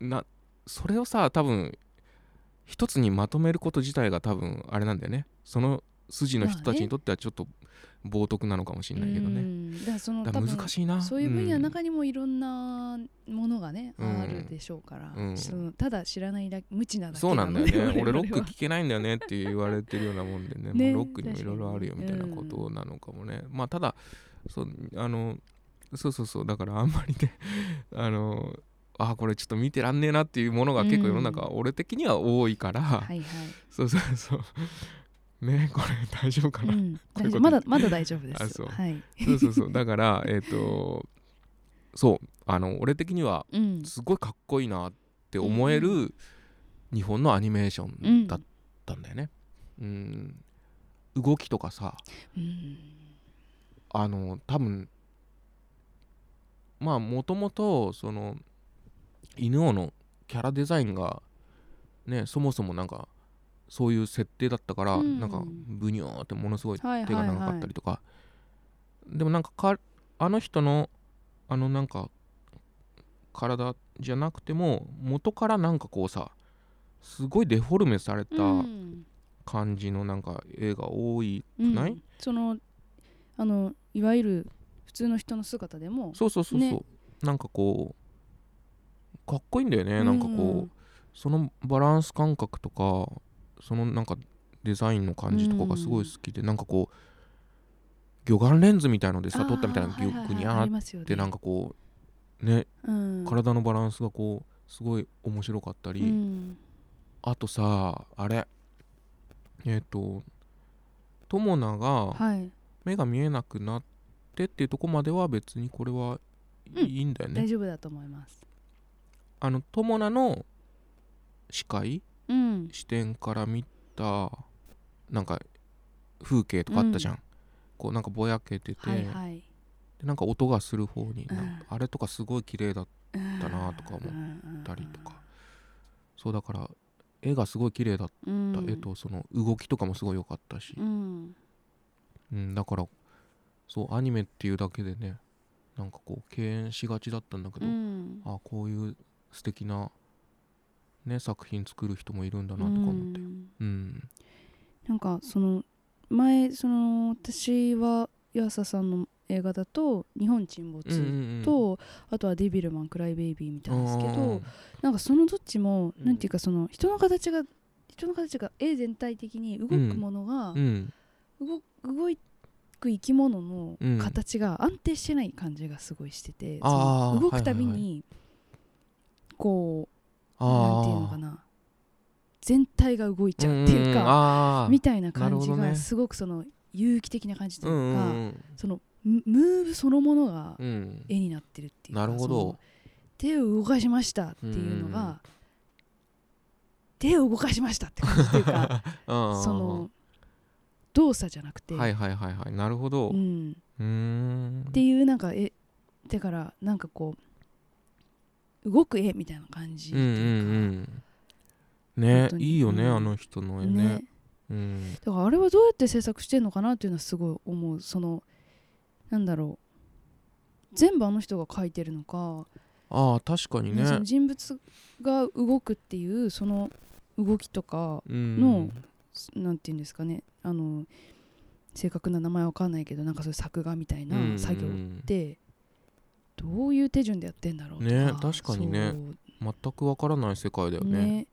D: なそれをさ多分一つにまとめること自体が多分あれなんだよねその筋の人たちにとってはちょっと冒涜なのかもしれないけど
B: う
D: ね、
B: んだからその
D: だか
B: 多
D: ら
B: 分
D: 難しいな
B: そういう分野の中にもいろんなものがね、
D: うん
B: あるでしょうから、
D: うん
B: そのただ知らないだけ無知な
D: うん
B: だけ
D: そうなんだよ
B: なの
D: ね
B: で
D: 俺ロック
B: 我々は
D: 聞けないんだよねって言われてるようなもんでね
B: ね
D: もうロックにもいろいろあるよみたいなことなのかもね、まあただそうあのそうそうそうだからあんまりね あのあこれちょっと見てらんねえなっていうものが結構世の中、
B: う
D: 俺的には多いから、
B: はいは
D: そうそうそう。ねこれ大丈夫か
B: い、
D: な、
B: うん、
D: ういうこと
B: 大丈夫まだまだ大丈夫で
D: あ
B: す
D: そう
B: はい、
D: そうそうそう。だから、えっ、と、そう、あの、俺的には、
B: うん、
D: すごいかっこいいなって思え
B: う
D: る日本のアニメーションだっったんだよね。うん動きとかさ
B: うん
D: あの多分まあもともとその犬王のキャラデザインがねそもそもなんかそういう設定だったから、
B: うん
D: なんかブニョーってものすごい
B: はい
D: 手
B: は
D: が
B: い
D: 長かっ
B: は
D: たり
B: い
D: とか、でもなんかかあの人のあのなんか体じゃなくても元からなんかこうさすごいデフォルメされた
B: うん
D: 感じのなんか絵が多い、
B: うん
D: ない
B: そのあのいわゆる普通の人の姿でも
D: そうそうそうそう、
B: ね
D: なんかこうかっこいいんだよね、なんか
B: う
D: こうんそのバランス感覚とかそのなんかデザインの感じとかがすごい好きで、なんかこう魚眼レンズみたいのでさ撮ったみたいな
B: あーはいはいはい
D: ぐに
B: あり
D: ゃーっ
B: ますよね
D: てなんかこうね
B: うん
D: 体のバランスがこうすごい面白かったり、
B: うん
D: あとさあれえっ、と友名が
B: はい
D: 目が見えなくなってっていうとこまでは別にこれは
B: うん
D: いいんだよね、
B: 大丈夫だと思います
D: あの友名の視界
B: うん
D: 視点から見たなんか風景とかあったじゃん、こうなんかぼやけてて、
B: はいはい
D: でなんか音がする方になんか、あれとかすごい綺麗だっ
B: だ
D: なとか思
B: った
D: りとかそうだから絵がすごい綺麗だった、絵とその動きとかもすごい良かったし、
B: うん
D: うん、だからそうアニメっていうだけでねなんかこう敬遠しがちだったんだけ
B: う
D: ど、
B: ん
D: あこういう素敵なね作品作る人もいるんだなとか思って
B: うん
D: うん
B: なんかその前その私は岩佐さんの映画だと「日本沈没」
D: うんうんうん
B: と、あとは「デビルマン・クライ・ベイビー」見たんですけ
D: うんうんう
B: ど
D: ん
B: なんかそのどっちも、
D: うん
B: なんていうかその人の形が人の形が絵全体的に動くものが、
D: うん
B: 動動く生き物の
D: うん
B: 形が安定してない感じがすごいしてて、そ
D: あー
B: の動くたびに、
D: はいはい
B: こう
D: あ
B: なんていうのかな全体が動いちゃうっていうか。
D: か
B: みたいな感じ
D: なるほどね
B: がすごくその有機的な感じと
D: う
B: い
D: んう
B: うんか、
D: うん
B: そのムムーブそのものが
D: うん
B: 絵になってるっていうか
D: なるほど
B: その手を動かしましたっていうのが、手を動かしましたって感じというか
D: あー
B: その動作じゃなくて、
D: はいはいはいはいなるほど
B: う、
D: うんーん
B: っていうなんか絵だからなんかこう動く絵みたいな感じって
D: うんうん
B: いうか、
D: うんね
B: 本当に
D: いいよね
B: うん
D: あの人の絵
B: ね
D: ねうん
B: だからあれはどうやって制作してんのかなっていうのはすごい思うそのなんだろう全部あの人が描いてるのか、
D: ああ確かに
B: ねそ
D: ね
B: の人物が動くっていうその動きとか
D: うん
B: のすなんていうんですかねあの正確な名前わかんないけどなんかそういう作画みたい
D: うんう
B: なん作業ってどういう手順でやってんだろうとか
D: ね確かにね全くわからない世界だよ
B: そう
D: ね
B: ね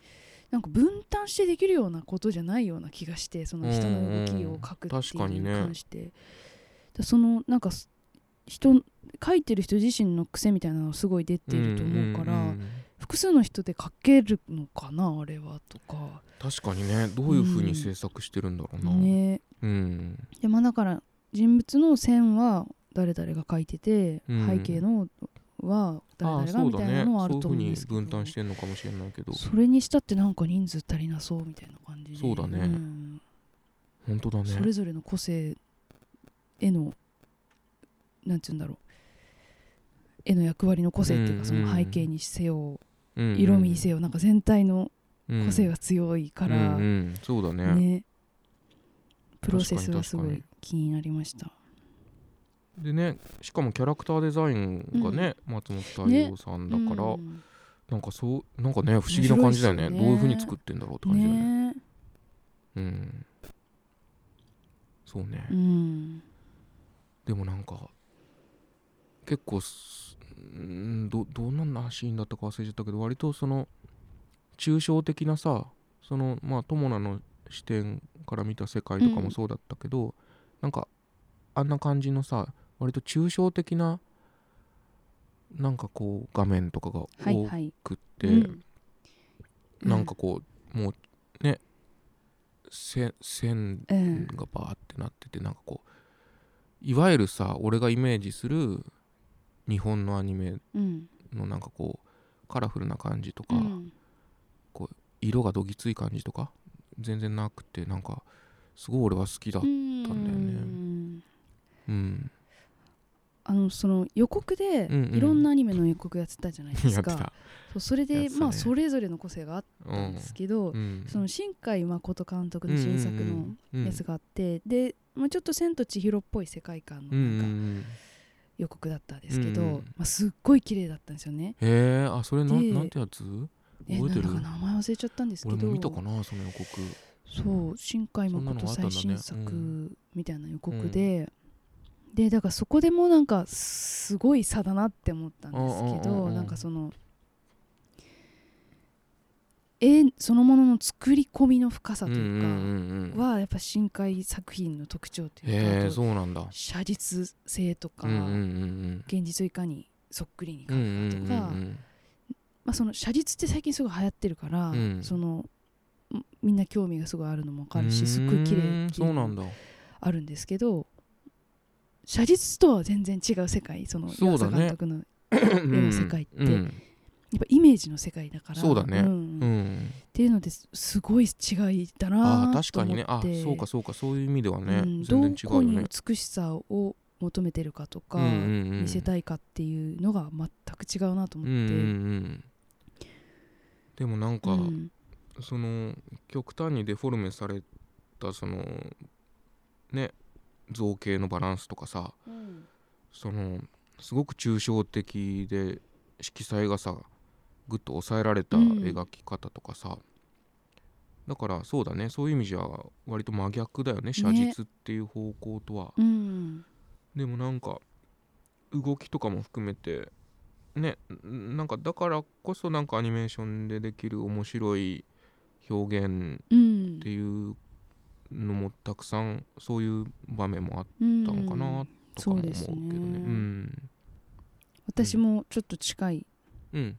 B: なんか分担してできるようなことじゃないような気がしてその人の動きを描くって
D: 確か
B: い
D: に
B: うの
D: ね
B: に関して、だそのなんかす人書いてる人自身の癖みたいなのすごい出てると思うから、
D: んんん
B: 複数の人で書けるのかなあれはとか
D: 確かにねどういうふうに制作してるんだろうな、うん
B: ねでまあだから人物の線は誰々が書いてて、
D: うん
B: 背景のは誰
D: ああ
B: 々が
D: そう
B: み
D: だ
B: たい
D: ね
B: なのはあ
D: そう
B: る
D: いう
B: と
D: ふ
B: 思
D: う
B: うん
D: に
B: ですけど
D: 分担してんのかもしれないけど
B: それにしたってなんか人数足りなそうみたいな感じで
D: そうだね
B: ん
D: 本当だね
B: それぞれの個性へのなんて言うんだろう絵の役割の個性っていうか
D: う
B: そ
D: んうんうん
B: の背景にせよ
D: うんうん
B: 色味にせよなんか全体の
D: うん
B: 個性が強いから
D: うんうんそうだね
B: ねプロセスがすご
D: 確かに
B: い気になりました
D: でねしかもキャラクターデザインがね、松本太陽さんだから、
B: うん
D: なんかそうなんかね不思議な感じだよね
B: 面白いですよね
D: どういうふうに作ってんだろうって感じだよ
B: ね
D: ねうんそうね、
B: うん
D: でもなんか結構すうんどどんなシーンだったか忘れちゃったけど割とその抽象的なさそのまあ友名の視点から見た世界とか
B: うん
D: もそうだったけど、なんかあんな感じのさ割と抽象的ななんかこう画面とかが
B: はい
D: 多
B: はい
D: くって、
B: うん
D: なんかこうもうねせ線
B: うん
D: がバーってなっててなんかこういわゆるさ俺がイメージする日本のアニメ
B: うん
D: のなんかこうカラフルな感じとか、
B: うん
D: 色がどぎつい感じとか全然なくてなんかすごい俺は好きだ
B: う
D: うん、
B: ん
D: だよね
B: あのその予告で
D: うんうん
B: いろんなアニメの予告やってたじゃないで
D: や
B: す
D: って
B: か、
D: た、
B: そうそれで、
D: やってたね
B: まあそれぞれの個性があっ
D: う
B: たん
D: ん
B: ですけど、
D: うん、
B: その新海誠監督の新作のやつ
D: が
B: があって、で、まあ、ちょっと「千と千尋」っぽい世界観の
D: うんうんう
B: なんか
D: ん
B: 予告だったんですけど、
D: うんうん
B: まあ、すっごい綺麗だったんですよね。
D: へえあそれな
B: で
D: んなんてやつ
B: え
D: 覚えてる
B: なんだか名前忘れちゃったんですけ
D: 俺
B: ど
D: も見たかなその予告
B: そう新海
D: そんなの
B: 誠
D: があったんだ
B: 最
D: ね
B: 新
D: う
B: 作みたいな予告で、でだからそこでもなんかすごい差だなって思ったんですけ
D: うんうんうん
B: ど
D: うん
B: なんかその絵そのものの作り込みの深さというか、
D: んうんうんうん
B: はやっぱ深海作品の特徴というか
D: へ
B: あ
D: え
B: と
D: そうなんだ
B: 写実性とか、
D: うんうんうん
B: 現実をいかにそっくりに
D: う
B: 描
D: んう
B: く
D: ん
B: か、
D: うんうん
B: まあ、その写実って最近すごい流行ってるから、
D: うん
B: そのんみんな興味がすごいあるのも分かるしすっごい綺
D: う
B: 麗
D: ん
B: ってい
D: そううな
B: の
D: ん
B: も
D: だ
B: あるんですけど写実とは全然違う世界その
D: そうだ
B: 岩佐監
D: ね
B: 督のや
D: うん
B: 世界って
D: うん
B: っぱイメージの世界だから
D: そうだね
B: ん
D: うん
B: っていうのですすごい違いだ
D: あ
B: なと思
D: あ
B: って
D: 確かにねあそうかそうかそういう意味ではね
B: うんど
D: 全然違う
B: こ
D: よ
B: に
D: ね
B: 美しさを求めてるかとか、
D: うんうんうん
B: 見せたいかっていうのが全く違うなと思
D: う
B: っ
D: ん
B: て、
D: うんうんでもなんか、
B: うん
D: その極端にデフォルメされたそのね造形のバランスとかさそのすごく抽象的で色彩がさぐっと抑えられた
B: うん
D: 描き方とかさ、だからそうだねそういう意味じゃ割と真逆だよね写実っていう方向とは。
B: うん
D: でもなんか動きとかも含めてねんなんかだからこそなんかアニメーションでできる面白い表現
B: うん
D: っていうのもたくさんそういう場面もあっ
B: うん
D: たのかなと
B: そ
D: かも
B: う
D: 思うけ
B: で
D: ど
B: す
D: ね。
B: ね
D: うん
B: 私もちょっと近い
D: うん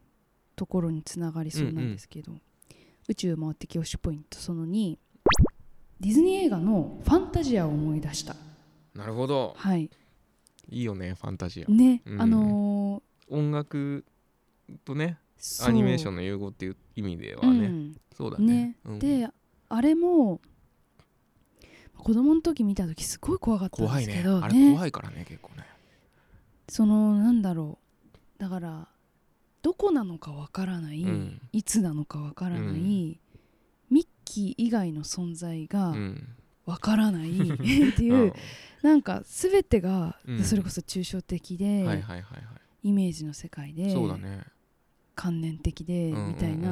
B: ところにつながりそうなんですけど、宇宙回ってき推しポイントその2ディズニー映画の「ファンタジア」を思い出した
D: なるほど
B: はい
D: いいよねファンタジア。
B: ね、
D: うん
B: あのー
D: 音楽とね
B: そう
D: アニメーションの融合っていう意味では
B: う
D: ね
B: ん
D: そうだね
B: ね。
D: うん
B: であれも子供の時見た時すごい怖かったん
D: 怖
B: で
D: い
B: すけ
D: ね
B: ど
D: あれ怖いからね結構ね。
B: そのなんだろうだからどこなのかわからない、
D: うん
B: いつなのかわからない、
D: うん
B: ミッキー以外の存在が
D: うん
B: わから ないっていう、なんか全てが、
D: うん
B: それこそ抽象的で、
D: うんはいはいはいはい。
B: イメージの世界で、
D: そうだね、
B: 観念的で、
D: うんうんうん
B: みたいな、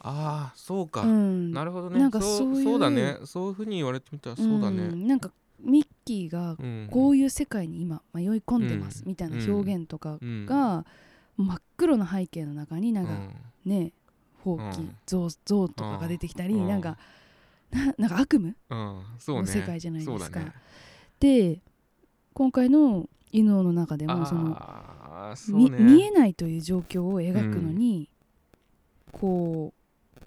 D: ああそうか、
B: うん
D: なるほどね
B: なんかそういう
D: そうだねそういうふうに言われてみたらそうだね
B: んなんかミッキーが
D: うん
B: こういう世界に今迷い込んでます、みたいな表現とか
D: うん
B: が、真っ黒な背景の中になんか、ねほう
D: う
B: き
D: ん
B: 象象とかが出てきたり、
D: うん
B: なんかななんか悪夢
D: うん、うんそうね
B: の世界じゃないですか
D: そうだね
B: で今回の「犬王」の中でもその
D: あーそう
B: み
D: ね
B: 見えないという状況を描くのに、こう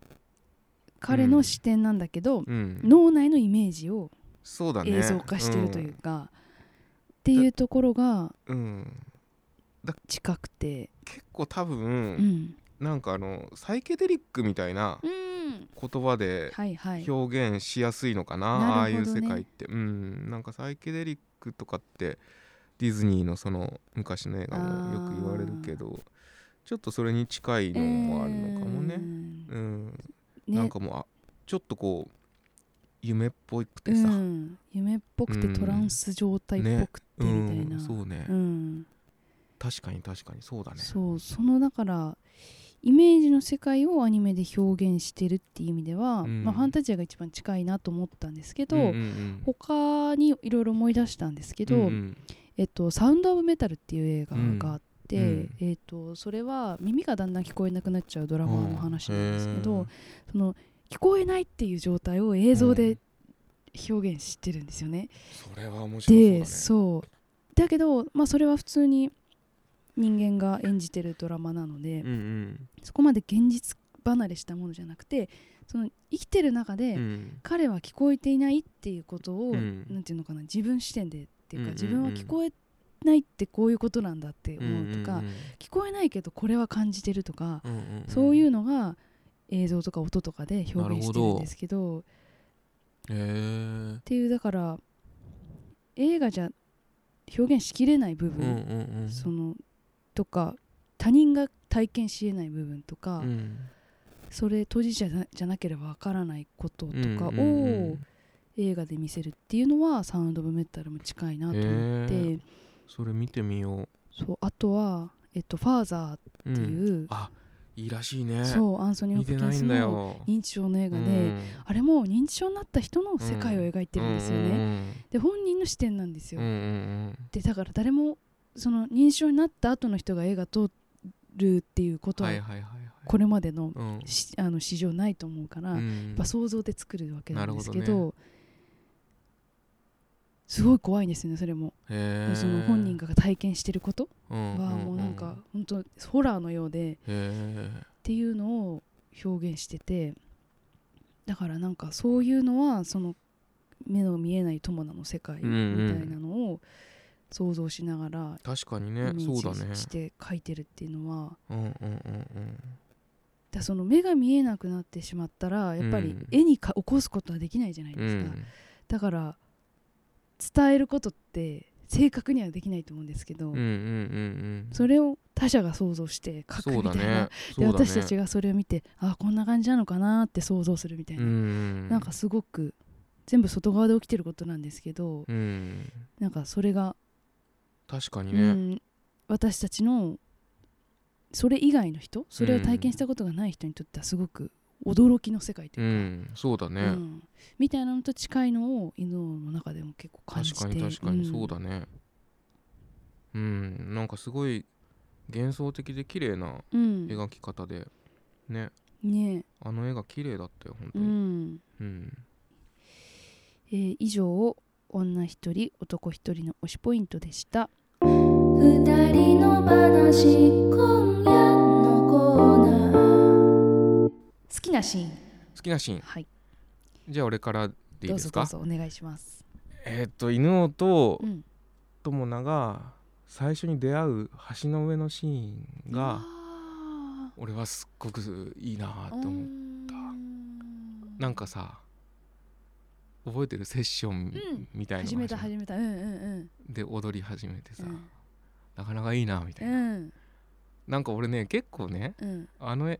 B: 彼の視点なんだけど、
D: うん、
B: 脳内のイメージを
D: そうだね
B: 映像化してるというか、っていうところが
D: うん、うん
B: 近くて、
D: 結構多分、
B: うん
D: なんかあのサイケデリックみたいな言葉で
B: はいはい、
D: 表現しやすいのかな、あ
B: な
D: あい
B: るほ
D: う
B: どね
D: 世界ってうんなんかサイケデリックとかってディズニーのその昔の映画もよく言われるけどちょっとそれに近いのもあるのかもね
B: う、ん
D: うん
B: ね
D: なんかもうあちょっとこう夢っぽくてさ、
B: う
D: うん
B: ん、夢っぽくて
D: うん
B: トランス状態っぽくてみたいな、
D: そうね、
B: うん
D: 確かに確かにそうだね
B: そうそのだからイメージの世界をアニメで表現してるっていう意味では、
D: うん
B: まあ、ファンタジアが一番近いなと思ったんですけど、
D: うんうん
B: 他にいろいろ思い出したんですけど「
D: うんうん
B: えっと、サウンド・オブ・メタル」っていう映画があって、
D: うん
B: えっと、それは耳がだんだん聞こえなくなっちゃうドラマーの話なんですけ
D: うんへ
B: ど
D: ー、
B: その聞こえないっていう状態を映像で表現してるんですよね。
D: それは面白そうだね
B: でそうだけど、まあ、それは普通に人間が演じてるドラマなので、
D: うんうん
B: そこまで現実離れしたものじゃなくてその生きてる中で、
D: うん
B: 彼は聞こえていないっていうことを、
D: うん
B: なんていうのかな自分視点でっていうか、
D: うんうんうん
B: 自分は聞こえないってこういうことなんだって
D: うん
B: 思うとか、
D: うん
B: 聞こえないけどこれは感じてるとか、
D: うんうんうん
B: そういうのが映像とか音とかで表現してるんですけどっ
D: えー、
B: ていうだから映画じゃ表現しきれない部
D: うんう
B: 分、
D: んうん
B: そのとか他人が体験しえない部分とか、
D: うん
B: それ当事者じゃなじゃなければわからないこととかを、
D: うんうんうん
B: 映画で見せるっていうのはサウンド・オブ・メタルも近いなと思って、
D: へーそれ見てみよ
B: そうあとは、えっと「ファーザ
D: う、
B: ー」って
D: うん
B: いう、
D: あいいらしいね
B: そうアンソニー・ホ
D: 見
B: プキ
D: て
B: ン
D: ない
B: ス
D: んだ
B: の
D: よ
B: 認知症の映画で、あれも認知症になった人の世界を描いてるんですよね、で本人の視点なんです
D: う
B: よ、
D: んうんうん
B: でだから誰もその認知症になった後の人が映画撮るっていうこと
D: は
B: はい
D: はいはいはい
B: これまでの
D: うん
B: しあの市場ないと思うから、やっ
D: うん
B: ぱ想像で作るわけなんですけ
D: な
B: ど
D: るほ
B: すごい怖いんですよねそれも、
D: へー
B: その本人が体験してること
D: うん
B: は
D: んん
B: もうなんか本当ホラーのようで
D: へえ
B: っていうのを表現しててだからなんかそういうのはその目の見えない友達の世界みたいなのを想像しながら
D: 確かに
B: イ
D: ね
B: メー
D: そうだね
B: ジして描いてるっていうのは
D: うんうんうん
B: だからその目が見えなくなってしまったらやっぱ
D: う
B: り
D: ん
B: 絵にか起こすことはできないじゃない
D: うんう
B: ですか、
D: ん
B: だから伝えることって正確にはできないと思うんですけど、
D: うんうんうんうん
B: それを他者が想像して書く
D: そう
B: み
D: だ
B: たいな、
D: ね
B: で
D: そうだね
B: 私たちがそれを見てあこんな感じなのかなって想像するみたいな、
D: うん
B: なんかすごく全部外側で起きてることなんですけど
D: うん
B: なんかそれが、
D: 確かに
B: う
D: ね
B: ん、私たちのそれ以外の人それを体験したことがない人にとってはすごく驚きの世界と
D: う
B: いうか、
D: んそうだ
B: う
D: ね
B: んみたいなのと近いのを犬の中でも結構感じ
D: 確
B: て
D: かに確かに
B: ん
D: そうだねうんなんかすごい幻想的で綺麗な
B: うん
D: 描き方でね
B: ね
D: あの絵が綺麗だったよ本
B: え、
D: 当
B: う
D: に
B: ん
D: うん
B: えー以上女一人男一人の推しポイントでした
A: 二人の話今夜のコーナー
B: 好きなシーン
D: 好きなシーン
B: はい
D: じゃあ俺からでいい
B: どう
D: で
B: ぞ
D: す
B: どう
D: か
B: ぞお願いします
D: えーっと犬王と
B: うん
D: 友名が最初に出会う橋の上のシーンが
B: あ
D: 俺はすっごくいいな
B: ー
D: と
B: う
D: 思う
B: ーん
D: なんかさ覚えてるセッショ
B: ん
D: ンみたいな
B: 始
D: の
B: めた
D: が始
B: 始めたうんうん
D: まってで踊り始めて
B: う
D: さ
B: ん
D: なかなかいいなみた
B: う
D: いなんなんか俺ね結構ね
B: うん
D: あの絵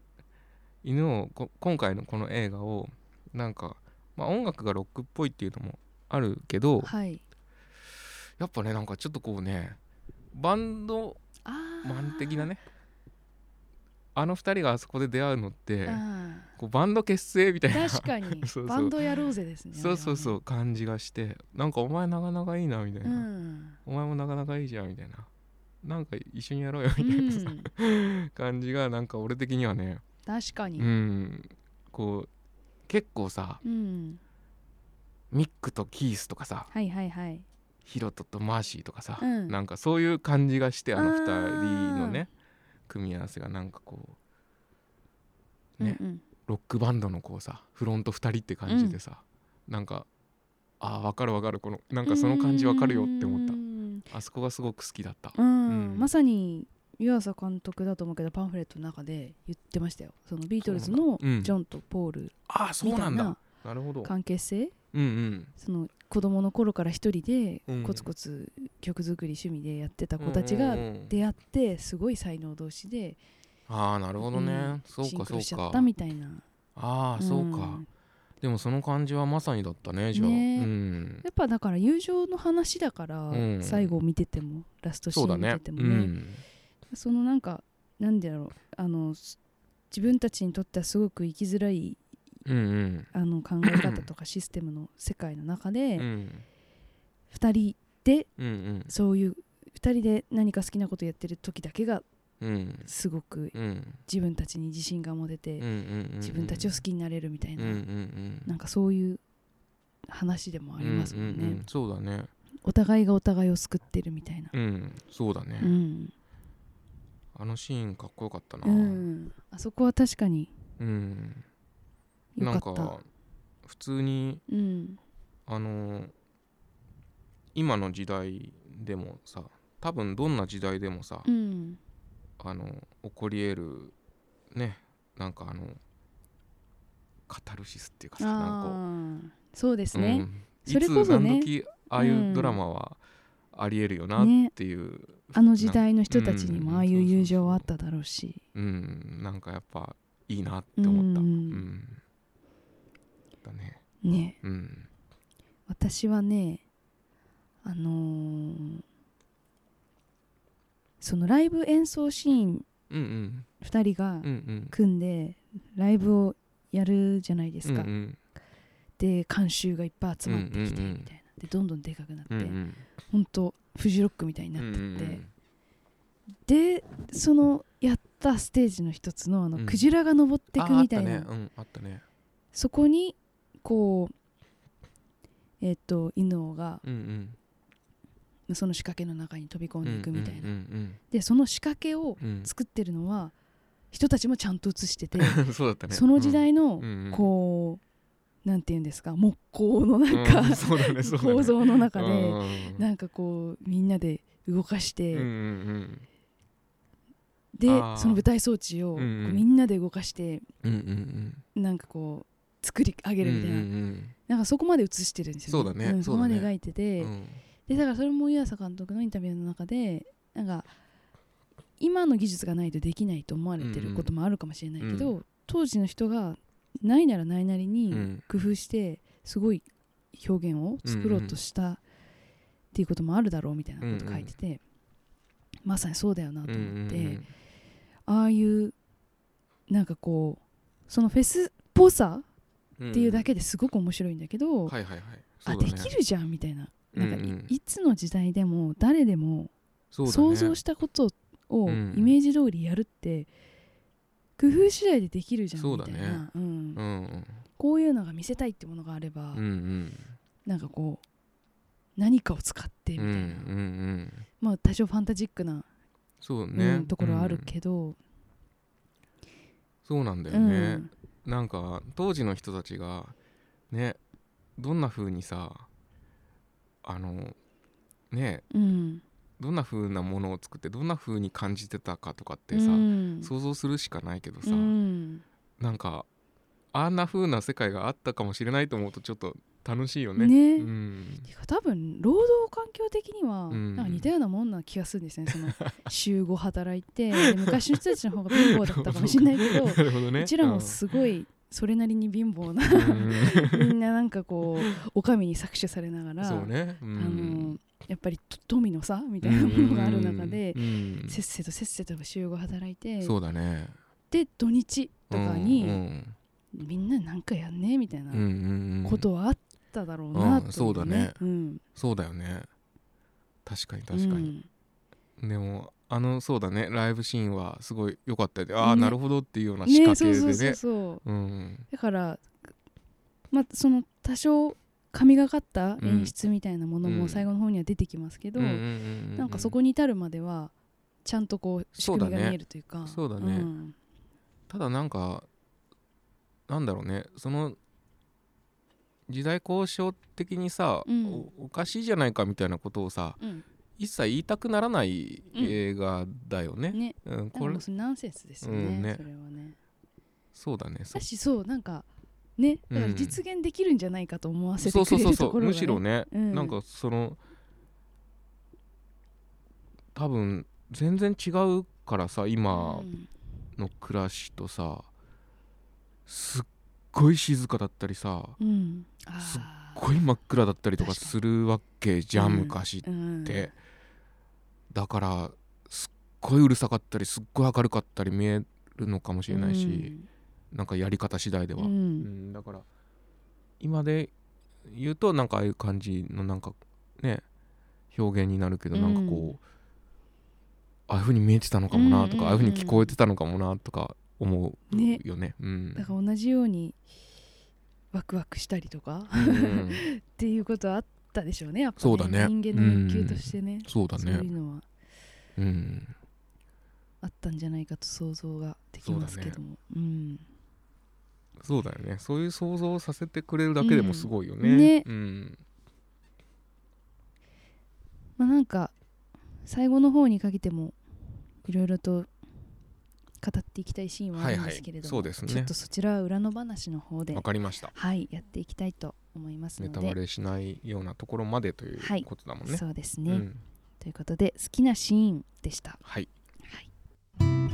D: 犬をこ今回のこの映画をなんかまあ音楽がロックっぽいっていうのもあるけど
B: はい
D: やっぱねなんかちょっとこうねバンド
B: あー
D: マン的なねあの二人があそこで出会うのって
B: あ
D: こうバンド結成みたい
B: ー
D: な
B: 確かに
D: そうそう
B: バンドやろうぜですね
D: そうそうそうう感じがしてなんかお前なかなかいいなみたいな、
B: うん
D: お前もなかなかいいじゃんみたいななんか一緒にやろうよ
B: う
D: みたいなさ、
B: ん
D: 感じがなんか俺的にはね
B: 確かに
D: うんこう結構さ
B: うん、
D: ミックとキースとかさ
B: はいはいはい。
D: ヒロトとマーシーとかさ、
B: うん
D: なんかそういう感じがしてあの
B: あー
D: 二人のね組み合わせがなんかこうね
B: うん
D: ロックバンドのこうさフロント2人って感じでさ、なんかああ分かる分かるこのなん
B: うん、
D: かその感じ分かるよって思った
B: た。
D: あそこがすごく好きだった
B: うん、
D: うん
B: まさに湯浅監督だと思うけどパンフレットの中で言ってましたよ。そのビートルズの
D: そうなんだうん
B: ジョンとポール
D: ああそ
B: み
D: う
B: た
D: ないんだ
B: な
D: なるほど
B: 関係性、
D: うんうん
B: その子供の頃から一人で
D: うん
B: コツコツ曲作り趣味でやってた子たちが
D: うんうんうん
B: 出会ってすごい才能同士で
D: ああなるほどね、
B: うん
D: そう
B: シン
D: か
B: ク
D: そう
B: ロしちゃ
D: か
B: ったみたいな。
D: ああそうか、
B: ん
D: でもその感じはまさにだったねじゃあ、
B: ね
D: うん
B: やっぱだから友情の話だから
D: うん
B: 最後見ててもラストシ
D: そう
B: ー
D: だ
B: ン見
D: ね
B: てても
D: う
B: ね
D: ん
B: そのなんかなんでだろうあのす自分たちにとってはすごく生きづらい
D: うんうん
B: あの考え方とかシステムの世界の中で、
D: う
B: 二
D: ん
B: 2人で
D: うん
B: そういう2人で何か好きなことやってる時だけが
D: うんうん
B: すごく
D: うんうん
B: 自分たちに自信が持てて、
D: うんうんうん
B: 自分たちを好きになれるみたい
D: うん
B: な、
D: うんうん
B: なんかそういう話でもありますもんね、
D: うんうんうんそうだね
B: お互いがお互いを救ってるみたいな
D: うんそうだね、
B: うん、
D: あのシーンかっこよかったな
B: う、ん、あそこは確かに
D: うん
B: 良
D: なん
B: かった
D: か普通に
B: うん
D: あのー今の時代でもさ多分どんな時代でもさ、
B: うん
D: あの起こり得るねなんかあのカタルシスっていうかさなんか
B: あ
D: こう
B: あそうですね、
D: うん
B: それこそね
D: いつ何時ああいうドラマはありえるよなっていう、
B: あの時代の人たちに
D: うん
B: もああいう友情はあっただろうし、
D: うん、なんかやっぱいいなって思った。
B: う
D: うんん、だね。
B: ね
D: うん。
B: 私はねあのーそのライブ演奏シーン
D: うんうん
B: 2人が
D: うんうん。
B: 組んでライブをやるじゃないですか、
D: うんうん
B: で観衆がいっぱい集まってきてみたいな、
D: うんうんうん
B: でどんどんでかくなって、
D: うんう
B: ほん
D: ん
B: とフジロックみたいになってって、
D: うんうん
B: でそのやったステージの一つのあの、
D: うん
B: クジラが登ってくみたいな
D: ああったね。うん、あったね。
B: そこにこうえっ、と犬王が
D: うんうん。
B: その仕掛けの中に飛び込んでいくみたいな、
D: うんうん
B: でその仕掛けを
D: うんうん。
B: 作ってるのは人たちもちゃんと映してて
D: そうだったね。
B: その時代の
D: うんうんうん
B: こうなんて言うんですか木工の
D: うん
B: なんか、
D: うんそうだね、そうだね。
B: 構造の中
D: うん
B: でなんかこうみんなで動かして、
D: うんうん
B: で
D: あー
B: その舞台装置をこう
D: うんうん
B: みんなで動かして
D: うんうんうんうん
B: なんかこう作り上げ
D: うんう
B: るみ
D: ん
B: たいな、
D: うん
B: なんかそこまで映してるんですよ、
D: そうだね
B: んそ
D: そう
B: こま
D: だね
B: で描いてて、
D: うん
B: でだからそれも湯浅監督のインタビューの中でなんか今の技術がないとできないと思われてることもあるかもしれないけど、
D: う
B: 当時の人がないならないなり
D: う
B: に
D: ん
B: 工夫してすごい表現を作ろうとしたっていうこともあるだろうみたいなこと書いてて、まさにそうだよなと
D: う
B: 思
D: ん
B: って、ああいうなんかこうそのフェスっぽさ
D: うん
B: っていうだけですごく面白いんだけど、
D: はいはいはい
B: あ
D: そうだ
B: で
D: ね
B: きるじゃんみたいななんかい,、
D: うんうん
B: つの時代でも誰でも
D: そうだね
B: 想像したことを
D: う
B: イ
D: ん
B: メージ通りやるって工夫次第でできるじゃん
D: そう
B: み
D: だ
B: た
D: ね
B: いなうん
D: うんうん
B: こういうのが見せたいってものがあれば、
D: うんうん
B: なんかこう何かを使ってみたいな、
D: うんうんうん
B: まあ多少ファンタジックな、
D: そうね、
B: うんところはある
D: うん
B: けど、
D: そうなんだ
B: う
D: よ
B: ん
D: ね、なんか当時の人たちがねどんな風にさあのね
B: うん
D: どんな風なものを作ってどんな風に感じてたかとかってさ、
B: うん
D: 想像するしかないけどさ、
B: うん
D: なんかあんな風な世界があったかもしれないと思うとちょっと楽しいよね。
B: ね
D: うん
B: てか多分労働環境的には
D: うん
B: なんか似たようなもんな気がするんですね、そ の週5働いてで昔の人たちの方が貧乏だったかもしれないけど、
D: なるほどね。
B: うちらもすごいそれなりに貧乏 な
D: うんうん
B: みんななんかこうお上に搾取されながら、
D: そうね。う
B: あ
D: ん
B: のやっぱりと富の差みたいなものがある中で
D: う、ん
B: せっせとせっせと週5働いて
D: そうだね。
B: で土日とかに、
D: うん
B: みんななんかやんねみたいな
D: うんうんうんうん
B: ことはあっただろうな
D: うん
B: とい
D: そうだね
B: うん
D: そうだよね確かに確かに、でもあのそうだねライブシーンはすごい良かったよねああ、
B: ね
D: なるほどっていうよう
B: う
D: なん仕
B: ね
D: 掛
B: そう
D: け
B: そう
D: で
B: そう
D: ね
B: そう
D: うん
B: だから、まあ、その多少神がかった演出みたいなもの
D: う
B: も
D: ん
B: 最後の方には出てきますけど、
D: うんうんうんう
B: なんかそこに至るまではちゃんとこう仕
D: そうだ
B: 組
D: ね
B: みが見えるというか
D: そうだね
B: ん
D: ただなんかなんだろうねその時代交渉的にさ、
B: うん
D: おおかしいじゃないかみたいなことをさ
B: うん
D: 一切言いたくならない
B: うん
D: 映画だよね、
B: ね
D: うん
B: だか
D: こ
B: ら
D: れ
B: もうそれナンセンスですよね,、
D: うんね
B: それはね
D: そうだねそ
B: だしそうなんかねだから
D: うん
B: 実現できるんじゃないかと思わせ
D: そ
B: て
D: うそ
B: くれ
D: うそう
B: る
D: そ
B: とこ
D: う
B: ろが、ね、
D: むしろね、
B: うん
D: なんかその多分全然違うからさ今
B: うん
D: の暮らしとさすっごい静かだったりさ
B: うんあ
D: すっ
B: ー
D: すっごい真っ暗だったりとか
B: 確かに
D: するわけじゃ
B: うんん
D: 昔っ
B: うん
D: て、だからすっごいうるさかったりすっごい明るかったり見えるのかもしれないし、なんかやり方次第で
B: う
D: は
B: んう、
D: うんん、だから今で言うとなんかああいう感じのなんかね表現になるけど
B: うん
D: なんかこう、ああいう風に見えてたのかもな
B: うんうん
D: とか、
B: うん
D: ああいう風に聞こえてたのかもなとか思う
B: ね
D: よね。うん、
B: だから同じようにワクワクしたりとか
D: うん うん
B: っていうことはあったでしょうねやっぱ、
D: そうだね
B: 人間の欲求としてね、
D: そうだ
B: そうい
D: ね
B: う。のは
D: うん、
B: あったんじゃないかと想像ができますけどもう,、
D: そうだよね。そういう想像をさせてくれるだけでもすごいよね。
B: うんね
D: うん、
B: んまあなんか最後の方にかけてもいろいろと語っていきたいシーンはあ
D: はい
B: るん
D: はい
B: ですけれども、
D: そうですね
B: ちょっとそちらは裏の話の方で
D: わ、かりました
B: はい、やっていきたいと思いますの
D: ネ
B: で
D: タバレしないようなところまでとい
B: はいう
D: ことだもんね。
B: そうです
D: う
B: ね、
D: ん
B: ということで好きなシーンでした
D: はい、
A: 今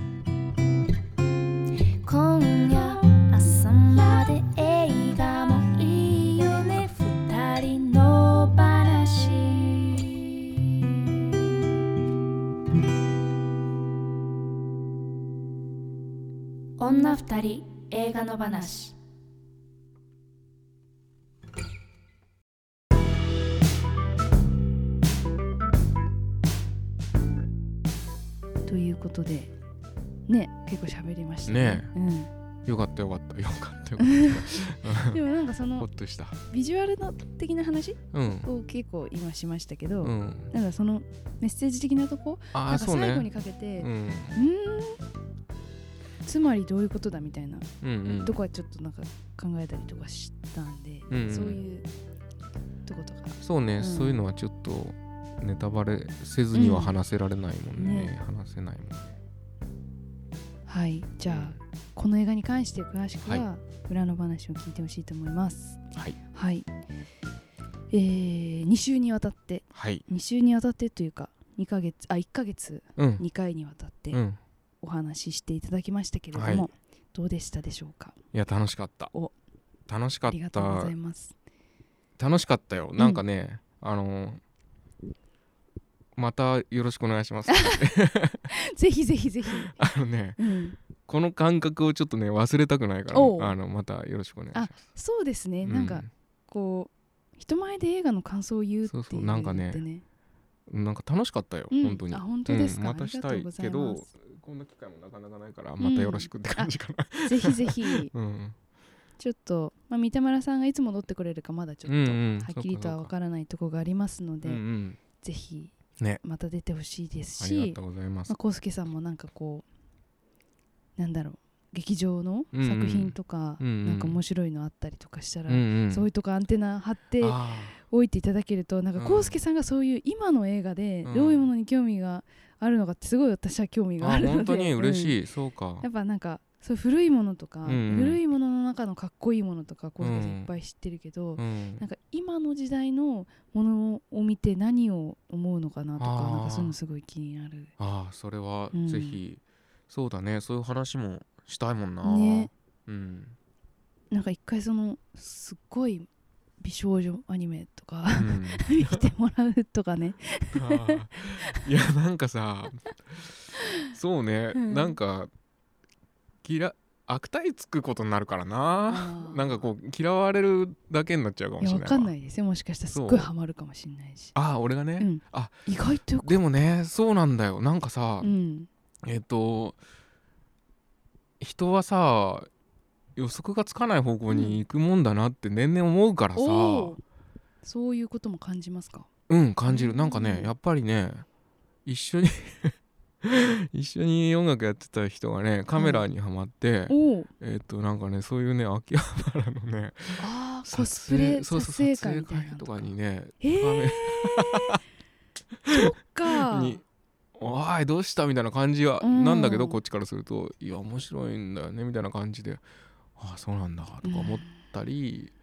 A: 夜朝まで映画もいいよね二人の話女二人映画の話
B: ということでね結構喋りました
D: ね
B: うん
D: よかったよかったよかったよかった
B: でもなんかそ
D: ほ
B: の
D: っとした。
B: ビジュアルの的な話
D: うん、
B: を結構今しましたけど、
D: うん、
B: なんかそのメッセージ的なとこ
D: あ
B: な
D: あ
B: んか
D: そう
B: 最後に
D: ね。
B: かけて
D: う、ん、
B: うーんつまりどういうことだみたいな、
D: うん、うん
B: と、こはちょっとなんか考えたりとかしたんで、
D: うんうん
B: そういうとことか
D: そうね、
B: うん
D: そういうのはちょっとネタバレせずには話せられないもん
B: うんね
D: ね。話せないもん。
B: はいじゃあこの映画に関して詳しくは裏の話を聞いてほしいと思います
D: はい
B: はい、えー、2週にわたって
D: はい、
B: 2週にわたってというか2ヶ月あ1ヶ月
D: うん、
B: 2回にわたって
D: うん、
B: お話ししていただきましたけれども、
D: はい
B: どうでしたでしょうか
D: いや楽しかった
B: お。
D: 楽しか
B: あ
D: っ
B: りがとうご
D: た
B: ざい。ます
D: 楽しかったよ。なんかね、あのまたよろしくお願い します。
B: ぜひぜひぜひ、
D: あのね。
B: うん、
D: この感覚をちょっとね忘れたくないから、
B: おう
D: あのまたよろしくお願いします。
B: そうですね、
D: う
B: なんかこう人前で映画の感想を言うってい
D: そううそう
B: の
D: なんかね
B: って
D: なんか楽しかったよ、
B: うん
D: 本当に
B: あ。本当ですか、
D: うんまたしたいけ
B: ありがとうござい
D: ど
B: ます
D: こんな機会もなかなかないからまたよろしくって感じかな。
B: ぜひぜ ひ
D: うん、
B: ちょっと、まあ、三田村さんがいつ戻ってこれるかまだちょっと、
D: うんうん
B: はっきりとは
D: そうかそうか
B: 分からないとこがありますの
D: う
B: で、
D: んうん
B: ぜひ
D: ね
B: また出てほしいです
D: あ
B: し、
D: りがとうございます
B: まあ、。コウスケさんもなんかこうなんだろう劇場の
D: うんうん
B: 作品とか、
D: うんうん
B: なんか面白いのあったりとかしたら、
D: うんうん。
B: そういうとこアンテナ張って
D: あ
B: おいていただけるとなんか
D: うん
B: コウスケさんがそういう今の映画で
D: うん
B: どういうものに興味があるのかってすごい私は興味
D: ー
B: があ
D: あ
B: るので
D: 本当に嬉
B: い、
D: しい、そうか
B: うん。やっぱなんかそういう古いものとか、
D: うんうん
B: 古いものの中のかっこいいものとかコウスケさん
D: うん
B: いっぱい知ってるけど、
D: うん
B: なんか今の時代のものを見て何を思うのかなとか
D: あー
B: なんかそういうのすごい気になる
D: ああそれは
B: うん
D: ぜひ、そうだねそういう話もしたいもんな。
B: ね
D: うん。
B: なんか一回そのすっごい美少女アニメと
D: う
B: か
D: ん
B: 見てもらうとかね
D: あ ーいやなんかさそうね、
B: うん
D: なんか嫌悪態つくことになるからな
B: あー
D: なんかこう嫌われるだけになっちゃうかも
B: い
D: し
B: や
D: れ
B: わ
D: な
B: か
D: い
B: んないいですよもしかしたらすっご
D: そ
B: いうハマるかもしれないし、
D: ああ俺がね、
B: うん、
D: あ
B: 意外とよく
D: でもねそうなんだよなんかさ、
B: うん
D: えっ、と人はさ予測がつかない方向に行くもんだなって年々思うからさ、
B: おーそういうことも感じますか
D: うん感じるなんか
B: う
D: ね
B: ん
D: やっぱりね一緒に 一緒に音楽やってた人がねカメラにはまって、
B: おお
D: えっ、となんかねそういうね秋葉原のね
B: あーコス
D: 撮
B: プレ
D: 影
B: 撮
D: そうそう
B: 影
D: 撮
B: 会
D: 影
B: みたい
D: 会
B: なの
D: と
B: と
D: か
B: か
D: にね
B: えー、そっ
D: カ
B: か
D: メラに「おーいどうした?」みたいな感じは、
B: うん
D: なんだけどこっちからすると「いや面白いんだよね」みたいな感じで「ああそうなんだ」とか思ったり、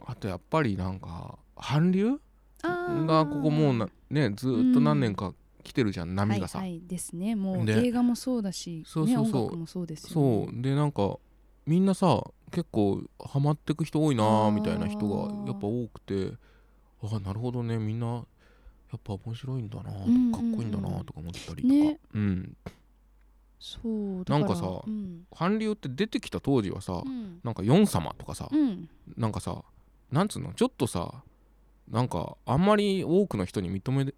D: あとやっぱりなんか韓流がここもうなねずーっと何年か来てるじゃん、波がさ。
B: はい、はい、ですねもう
D: で
B: 映画もそうだし
D: そうそうそう
B: ね、音楽もそうですよ、ね、
D: そうでなんかみんなさ結構ハマってく人多いな
B: あ
D: ー
B: ー
D: みたいな人がやっぱ多くてああなるほどねみんなやっぱ面白いんだなーとか、
B: うんうんうん
D: かっこいいんだなーとか思ったりとか、
B: ね
D: うん
B: そうだら
D: なんかさ
B: うん
D: 韓流って出てきた当時はさ、
B: うん
D: なんか「ヨン様」とかさ、
B: うん
D: なんかさなんつうのちょっとさなんかあんまり多くの人に認め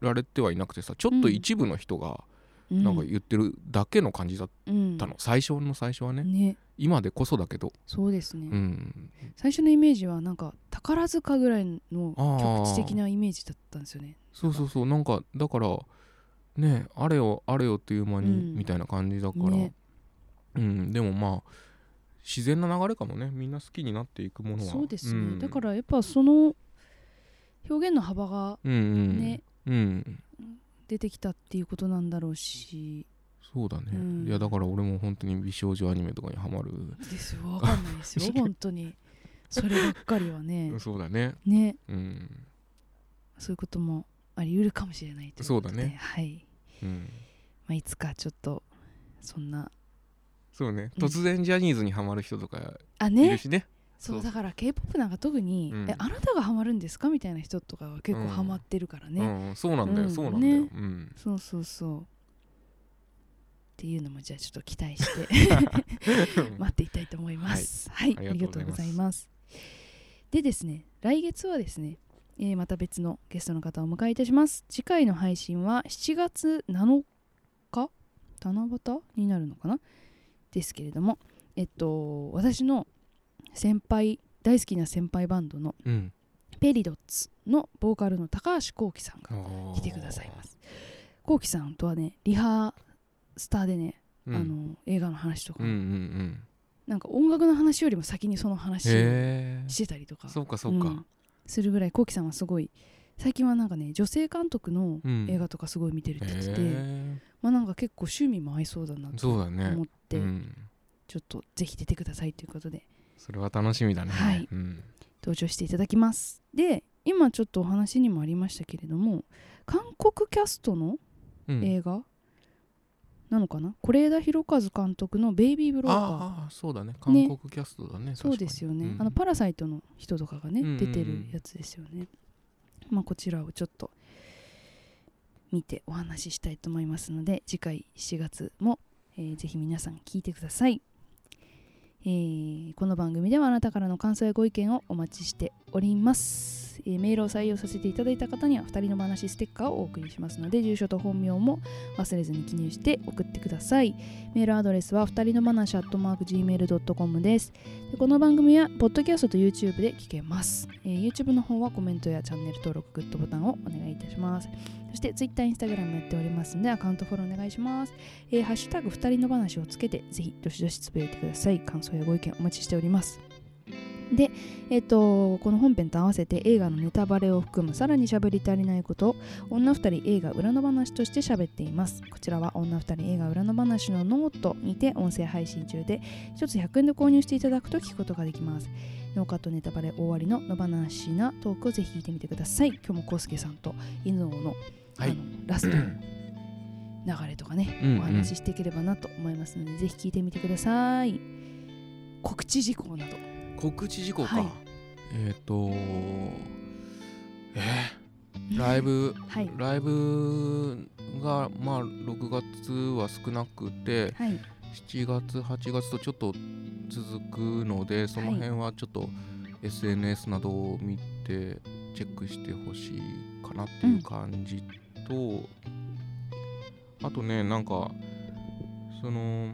D: られてはいなくてさちょっと一部の人が
B: うん
D: なんか言ってるだけの感じだっ
B: うん
D: たの、最初の最初はね
B: ね
D: 今でこそだけど、
B: そうですね、
D: うん、
B: 最初のイメージはなんか宝塚ぐらいの
D: あー
B: 局地的なイメージだったんですよね
D: そうそうそうなんかだからねあれよあれよっていう間に、
B: うん
D: みたいな感じだから、
B: ね
D: うんでもまあ自然な流れかもねみんな好きになっていくものは
B: そうですね、
D: ん
B: だからやっぱその表現の幅が
D: うんうん、
B: ね、
D: うん
B: 出てきたっていうことなんだろうし
D: そうだね、
B: うん
D: いやだから俺も本当に美少女アニメとかにはまる、
B: ですよわかんないです よ本当にそればっかりはね
D: そうだね
B: ね
D: うん
B: そういうこともあり得るかもしれないということで
D: そうだね
B: はい、
D: うん
B: まあ、いつかちょっとそんな
D: そうね
B: うん
D: 突然ジャニーズにはまる人とか
B: あ
D: いる
B: ね
D: しね
B: そう
D: そう
B: だから k p o p なんか特に、
D: うん
B: え「あなたがハマるんですか?」みたいな人とかは結構ハマってるからね、
D: うん、そうなんだよ、
B: うん
D: そうなんだよ、
B: ね
D: うん
B: そうそうそうっていうのもじゃあちょっと期待して 待っていたいと思いますはい、
D: あ
B: あ
D: り
B: り
D: が
B: が
D: と
B: と
D: う
B: う
D: ご
B: ご
D: ざ
B: ざい
D: いま
B: ますでですね来月はですね、えーまた別のゲストの方をお迎えいたします次回の配信は7月7日七夕になるのかなですけれどもえっと私の先輩大好きな先輩バンドの
D: うん
B: ペリドッツのボーカルの高橋幸輝さんが来てくださいます。こうきさんとはねリハスターでね、
D: うん
B: あの映画の話とか、
D: うんうんうん
B: なんか音楽の話よりも先にその話を
D: へえ
B: してたりとか、
D: そうかそうか、
B: うんするぐらいこうきさんはすごい最近はなんかね女性監督の
D: うん
B: 映画とかすごい見てるって言ってて、
D: へ
B: まあなんか結構趣味も合いそうだな
D: え
B: と
D: そうだね
B: 思って、
D: うん、
B: ちょっとぜひ出てくださいということで
D: それは楽しみだね、
B: はい
D: うん、
B: 登場していただきます。で今ちょっとお話にもありましたけれども韓国キャストの
D: うん
B: 映画なのかな是枝裕和監督の「ベイビー・ブローカー」
D: ああそうだね韓国キャストだね
B: そうですよね、
D: 確かに
B: あのパラサイトの人とかがね、
D: うんうんうん
B: 出てるやつですよねまあこちらをちょっと見てお話ししたいと思いますので次回7月も、えーぜひ皆さん聞いてください、えーこの番組ではあなたからの感想やご意見をお待ちしております、えーメールを採用させていただいた方には2人の話ステッカーをお送りしますので住所と本名も忘れずに記入して送ってくださいメールアドレスは2人の話 @gmail.com ですでこの番組はポッドキャストと YouTube で聞けます、えー YouTube の方はコメントやチャンネル登録グッドボタンをお願いいたしますそして Twitter、Instagram やっておりますのでアカウントフォローお願いします、えーハッシュタグ二人の話をつけてぜひどしどしつぶやいてください感想やご意見お待ちしておりますで、えっとこの本編と合わせて映画のネタバレを含むさらに喋り足りないことを女二人映画裏の話として喋っていますこちらは女二人映画裏の話のノートにて音声配信中で一つ100円で購入していただくと聞くことができます。ノーカットネタバレ終わりの野放しなトークをぜひ聞いてみてください。今日もコウスケさんと犬王の,、
D: はい
B: あのラストの流れとかね、
D: うんうん
B: お話ししていければなと思いますので、ぜひ聞いてみてください。告知事項など。
D: 告知事項か、
B: はい
D: えっ、とえーライブ、
B: はい
D: ライブがまあ6月は少なくて
B: はい。
D: 7月8月とちょっと続くのでその辺はちょっと SNS などを見てチェックしてほしいかなっていう感じと、あとねなんかその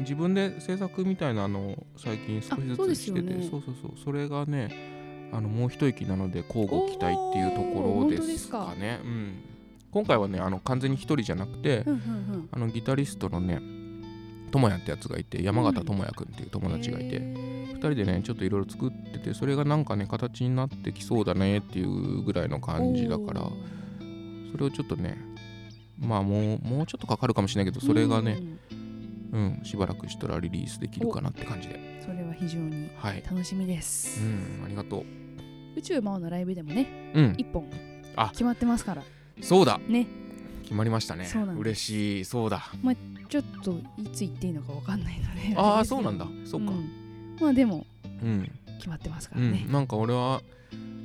D: 自分で制作みたいなのを最近少しず
B: あそう
D: つ
B: です
D: し
B: よ
D: て
B: ね
D: てそう,、そうそうそれがねあのもう一息なので交互期待っていうところですかね。うん、今回はねあの完全に一人じゃなくて、
B: うんうん
D: あのギタリストのね、ともやってやつがいて、山形ともやくんっていう友達がいて、二、人でね、ちょっといろいろ作ってて、それがなんかね、形になってきそうだねっていうぐらいの感じだから、それをちょっとね、まあもう、もうちょっとかかるかもしれないけど、それがね、うん、しばらくしたらリリースできるかなって感じで。
B: うんそれは非常に
D: はい。
B: 楽しみで
D: う
B: す。
D: ん、ありがとう。
B: 宇宙魔王のライブでもね、
D: うん、
B: 一本
D: あ
B: 決まってますから。
D: そうだ
B: ね。
D: 決まりましたね
B: そうなん。です
D: 嬉しい、そうだ。
B: ちょっといつ行っていいのかわかんないので
D: あ
B: れ
D: あ、
B: ですけ
D: そ
B: ど
D: うなんだ。そうか。
B: んまあでも
D: うん
B: 決まってますか
D: う
B: らね
D: ん、、なんか俺は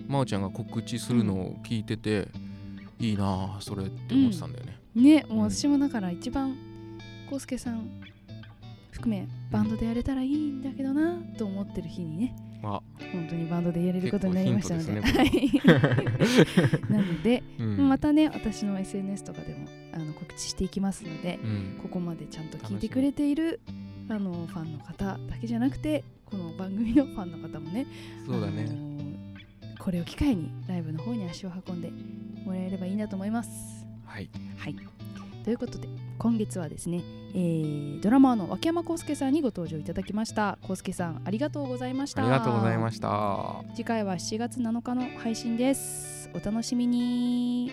D: 真央ちゃんが告知するのを聞いてて、いいなあそれって思ってたんだよね、
B: ねもう私もだから一番浩介さん含めバンドでやれたらいいんだけどなと思ってる日にね
D: あ
B: 本当にバンドでやれることになりましたので
D: 結構
B: は いなので、
D: うん
B: またね私の SNS とかでもあの告知していきますので
D: うん
B: ここまでちゃんと聞いてくれているあのファンの方だけじゃなくてこの番組のファンの方もね
D: そうだ
B: あ
D: ね、
B: のーこれを機会にライブの方に足を運んでもらえればいいなと思います。
D: はい
B: はい、ということで今月はですね、えードラマーの脇山浩介さんにご登場いただきました浩介さんありがとうございました
D: ありがとうございました
B: 次回は7月7日の配信ですお楽しみに